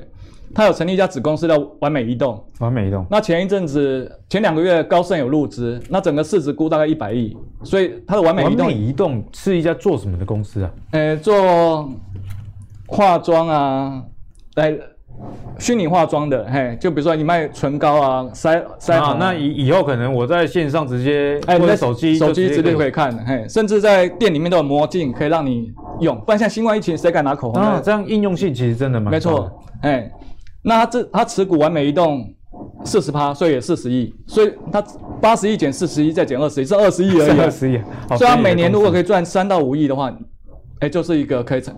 Speaker 2: 它有成立一家子公司叫完美移动。
Speaker 1: 完美移动，
Speaker 2: 那前一阵子前两个月高盛有入资，那整个市值估大概一百亿，所以它的完美
Speaker 1: 完
Speaker 2: 移
Speaker 1: 美
Speaker 2: 动，
Speaker 1: 移动是一家做什么的公司啊？
Speaker 2: 呃，做化妆啊，来虚拟化妆的，嘿，就比如说你卖唇膏啊、腮腮红、
Speaker 1: 啊，那以以后可能我在线上直接，
Speaker 2: 哎，
Speaker 1: 或
Speaker 2: 你
Speaker 1: 者
Speaker 2: 的
Speaker 1: 手机
Speaker 2: 手
Speaker 1: 就
Speaker 2: 机
Speaker 1: 直
Speaker 2: 直接
Speaker 1: 接
Speaker 2: 可
Speaker 1: 可
Speaker 2: 以
Speaker 1: 以。
Speaker 2: 看，嘿，甚至在店里面都有魔镜，可以让你用，不然现在新冠疫情谁敢拿口红
Speaker 1: 啊，
Speaker 2: 呢？
Speaker 1: 这样应用性其实真的蛮
Speaker 2: 嗯没
Speaker 1: 高的
Speaker 2: 错，哎，那他这他持股完美移动四十趴，所以也四十亿，所以他八十亿减四十亿再减二十亿，是二十亿而已啊、
Speaker 1: 二十亿，好
Speaker 2: 所以他每
Speaker 1: 便宜
Speaker 2: 年
Speaker 1: 的
Speaker 2: 如
Speaker 1: 公
Speaker 2: 果
Speaker 1: 司
Speaker 2: 可以赚三到五亿的话，哎，就是一个可以成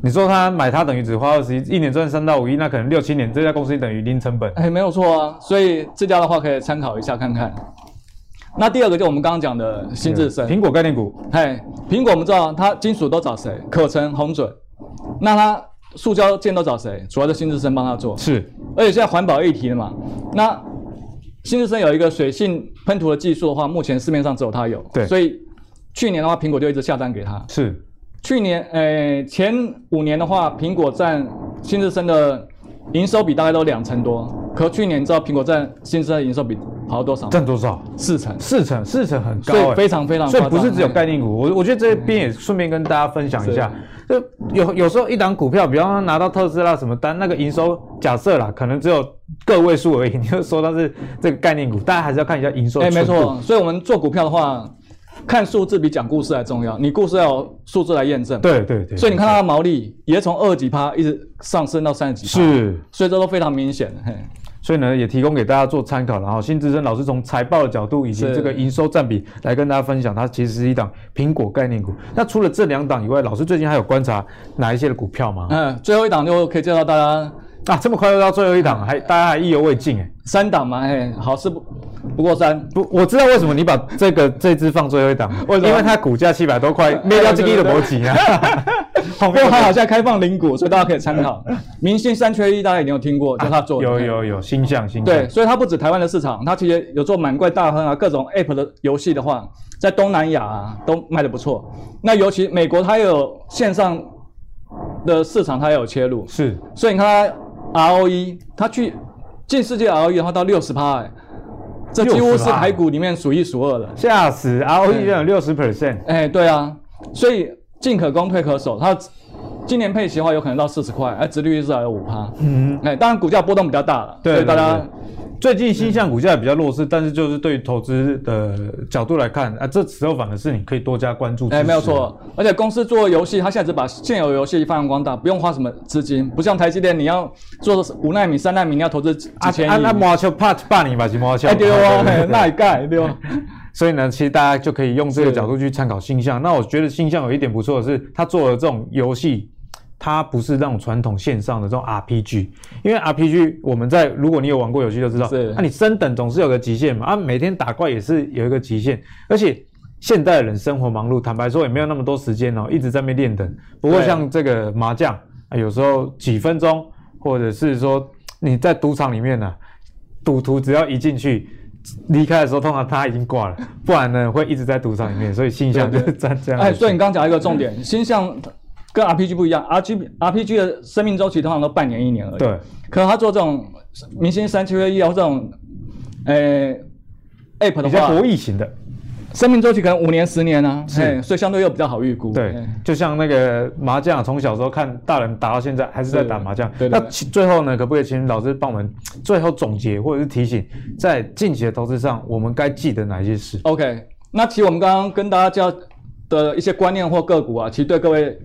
Speaker 1: 你说他买它等于只花二十亿，一年赚三到五亿，那可能六七年这家公司等于零成本。
Speaker 2: 哎，没有错啊。所以这家的话可以参考一下看看。那第二个就我们刚刚讲的新智深，
Speaker 1: 哦嗯苹果概念股，
Speaker 2: 哎，苹果我们知道它金属都找谁？可成、红准。那它塑胶件都找谁？主要是新智深帮它做。
Speaker 1: 是
Speaker 2: 而且现在环保议题了嘛，那新日升有一个水性喷涂的技术的话，目前市面上只有它有，
Speaker 1: 对
Speaker 2: 所以去年的话，苹果就一直下单给它。
Speaker 1: 是，
Speaker 2: 去年，呃，前五年的话，苹果占新日升的营收比大概都两成多，可去年你知道苹果占新日升的营收比好多少？
Speaker 1: 占多少？
Speaker 2: 四成，
Speaker 1: 四成，四成很高、
Speaker 2: 所以
Speaker 1: 欸，
Speaker 2: 非常非常
Speaker 1: 所
Speaker 2: 夸
Speaker 1: 以
Speaker 2: 张。嗯
Speaker 1: 不是只有
Speaker 2: 哎
Speaker 1: 概念股，我我觉得这边也顺便跟大家分享一下，就有有时候一档股票，比方说拿到特斯拉什么单，那个营收假设啦，可能只有个位数而已，你 (laughs) 就说它是这个概念股，大家还是要看一下营收。
Speaker 2: 哎、没，错，所以我们做股票的话，看数字比讲故事还重要，你故事要有数字来验证。
Speaker 1: 对对对，
Speaker 2: 所以你看它的毛利也从二十几趴一直上升到三十几趴，
Speaker 1: 是。
Speaker 2: 所以这都非常明显。嘿，
Speaker 1: 所以呢，也提供给大家做参考。然后，辛志深老师从财报的角度以及
Speaker 2: 是
Speaker 1: 这个营收占比来跟大家分享，它其实是一档苹果概念股。那除了这两档以外，老师最近还有观察哪一些的股票吗？
Speaker 2: 嗯，最后一档就可以介绍大家
Speaker 1: 啊，这么快又到最后一档，还大家还意犹未尽哎。
Speaker 2: 三档嘛，嘿，好事不不过三。
Speaker 1: 不，我知道为什么你把这个这只放最后一档，
Speaker 2: 为什么
Speaker 1: 因为它股价七百多块，灭掉这个的逻辑啊。后
Speaker 2: 不过
Speaker 1: 面
Speaker 2: 它好像开放零股，所以大家可以
Speaker 1: (laughs)
Speaker 2: 参考。明星三缺一，大家一定有听过，就它做的。
Speaker 1: 有
Speaker 2: 嘿
Speaker 1: 有有星象星象，
Speaker 2: 对，所以它不止台湾的市场，它其实有做满贯大亨啊，各种 App 的游戏的话，在东南亚、啊、都卖的不错。那尤其美国，它也有线上的市场，它也有切入。
Speaker 1: 是
Speaker 2: 所以你看它 ROE，它 E，去进世界 ROE 的话到六十趴，哎，这几乎是
Speaker 1: 60%
Speaker 2: 台股里面数一数二的。
Speaker 1: 吓死，ROE 居然有六十 percent，
Speaker 2: 哎，对啊，所以进可攻退可守，它今年配息的话有可能到四十块，哎，殖利率至少有五趴。嗯，哎，当然股价波动比较大了，
Speaker 1: 对
Speaker 2: 所以大
Speaker 1: 对
Speaker 2: 家
Speaker 1: 对最近星象股价比较弱势，但是就是对于投资的角度来看啊，这时候反而是你可以多加关注。
Speaker 2: 哎没有，错，而且公司做游戏，它现在只把现有游戏发扬光大，不用花什么资金，不像台积电你要做五纳米、三纳米，你要投资几
Speaker 1: 啊
Speaker 2: 千亿。
Speaker 1: 啊，那摩球怕怕你吧，是摩球。
Speaker 2: 哎
Speaker 1: (laughs)
Speaker 2: 对哦，哎那也盖对哦。
Speaker 1: 所以呢，其实大家就可以用这个
Speaker 2: 是
Speaker 1: 角度去参考星象。那我觉得星象有一点不错的是，它做的这种游戏，它不是那种传统线上的这种 RPG，因为 RPG 我们在如果你有玩过游戏就知道，
Speaker 2: 是
Speaker 1: 那、你升等总是有个极限嘛，啊，每天打怪也是有一个极限，而且。现代人生活忙碌，坦白说也没有那么多时间哦，一直在那边练等。不过
Speaker 2: 对
Speaker 1: 像这个麻将，啊有时候几分钟，或者是说你在赌场里面呢、啊赌徒只要一进去，离开的时候，通常他已经挂了，不然呢会一直在赌场里面，所以形象就是占 (laughs) 这样的。
Speaker 2: 哎，所以你刚刚讲一个重点，星象跟 RPG 不一样，RPG RPG 的生命周期通常都半年一年而已。
Speaker 1: 对，
Speaker 2: 可能他做这种明星三七月一啊，或这种，呃，app 的
Speaker 1: 比较
Speaker 2: 话
Speaker 1: 博，弈型的，
Speaker 2: 生命周期可能五年、十年啊，嘿，所以相对又比较好预估。哎
Speaker 1: 对
Speaker 2: 嘿，
Speaker 1: 就像那个麻将，从小时候看大人打到现在，还是在打麻将。
Speaker 2: 对对对
Speaker 1: 那其最后呢，可不可以请老师帮我们最后总结或者是提醒，在近期的投资上，我们该记得哪些事？
Speaker 2: OK，那其实我们刚刚跟大家教的一些观念或个股啊，其实对各位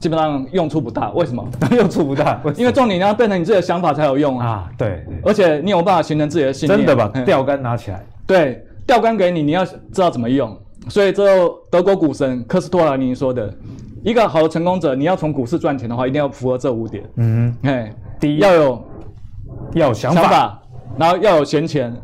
Speaker 2: 基本上用处不大。为什么？
Speaker 1: (laughs) 又出不大，为什么
Speaker 2: 因为重点你要变成你自己的想法才有用啊，
Speaker 1: 啊，对，对
Speaker 2: 而且你有办法形成自己的信念。哎
Speaker 1: 真的把
Speaker 2: 嘿
Speaker 1: 钓竿拿起来，
Speaker 2: 对，钓竿给你，你要知道怎么用。所以，这德国股神科斯托兰尼说的，一个好的成功者，你要从股市赚钱的话，一定要符合这五点。
Speaker 1: 嗯，
Speaker 2: 哎，
Speaker 1: 第一
Speaker 2: 要有
Speaker 1: 要有想
Speaker 2: 想
Speaker 1: 法，
Speaker 2: 法，然后要有闲钱。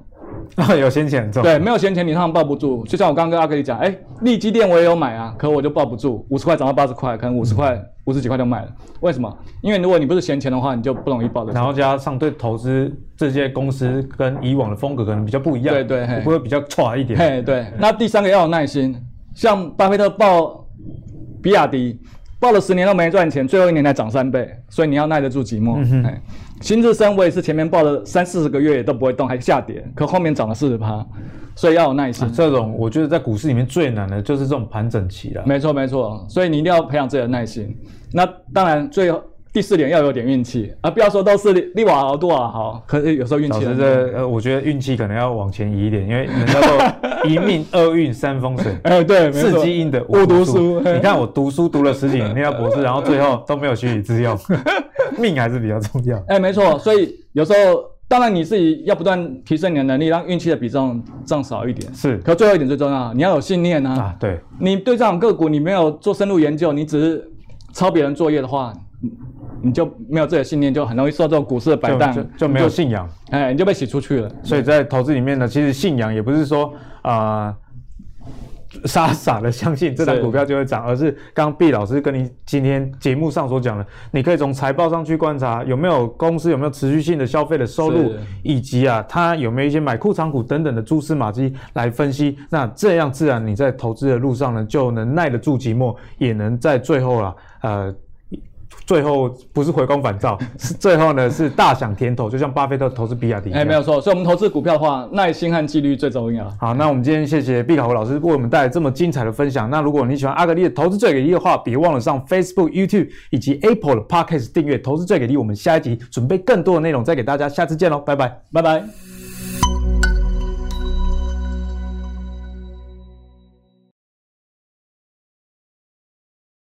Speaker 1: (laughs) 有先前很重要。
Speaker 2: 对，没有闲钱你当然抱不住。就像我刚刚跟阿哥你讲，哎，利基店我也有买啊，可我就抱不住，五十块涨到八十块，可能五十块、五十几块就卖了。为什么？因为如果你不是闲钱的话，你就不容易抱得住
Speaker 1: 然。后加上对投资这些公司跟以往的风格可能比较不一样，
Speaker 2: 对对嘿
Speaker 1: 不会比较差一点。
Speaker 2: 嘿，对。那第三个要有耐心，像巴菲特报比亚迪，报了十年都没赚钱，最后一年才涨三倍，所以你要耐得住寂寞。嗯、新日升我也是前面报了三四十个月也都不会动，还下跌，可后面涨了四十趴，所以要有耐心。
Speaker 1: 这种我觉得在股市里面最难的就是这种盘整期了。
Speaker 2: 没错没错，所以你一定要培养自己的耐心。那当然最后。第四点要有点运气啊，不要说都是利瓦豪多瓦豪，可是有时候运
Speaker 1: 老
Speaker 2: 气
Speaker 1: 师
Speaker 2: 很
Speaker 1: 这呃，我觉得运气可能要往前移一点，因为人家都一命二运三风水。
Speaker 2: 哎对， (laughs) 没
Speaker 1: 四
Speaker 2: 错，
Speaker 1: 积阴德
Speaker 2: 我
Speaker 1: 五
Speaker 2: 读
Speaker 1: 读
Speaker 2: 书
Speaker 1: 书，，
Speaker 2: 嘿
Speaker 1: 你看我读书读了十几年，念到博士，然后最后都没有学以致用， (laughs) 命还是比较重要。
Speaker 2: 哎，没错，所以有时候当然你自己要不断提升你的能力，让运气的比重降少一点。
Speaker 1: 是
Speaker 2: 可最后一点最重要，你要有信念啊！
Speaker 1: 啊，对，
Speaker 2: 你对这种个股你没有做深入研究，你只是抄别人作业的话，你你就没有自己的信念，就很容易受这种股市的摆
Speaker 1: 就
Speaker 2: 荡
Speaker 1: 就，就没有信仰。
Speaker 2: 哎，你就被洗出去了。
Speaker 1: 所以在投资里面呢，其实信仰也不是说啊、呃傻傻的相信这档
Speaker 2: 是
Speaker 1: 股票就会涨，而是刚刚毕老师跟你今天节目上所讲的，你可以从财报上去观察有没有公司有没有持续性的消费的收入
Speaker 2: 是，
Speaker 1: 以及啊它有没有一些买库藏股等等的蛛丝马迹来分析。那这样自然你在投资的路上呢，就能耐得住寂寞，也能在最后啊呃最后不是回光返照，是最后呢是大享甜头，就像巴菲特投资比亚迪一样。
Speaker 2: 哎，没有错。所以我们投资股票的话，耐心和纪律最重要。
Speaker 1: 好，那我们今天谢谢毕卡虎老师为我们带来这么精彩的分享。那如果你喜欢阿格力的投资最给力的话，别忘了上 Facebook、YouTube 以及 Apple 的 Podcast 订阅《投资最给力》。我们下一集准备更多的内容再给大家，下次见喽，拜拜。
Speaker 2: 拜拜。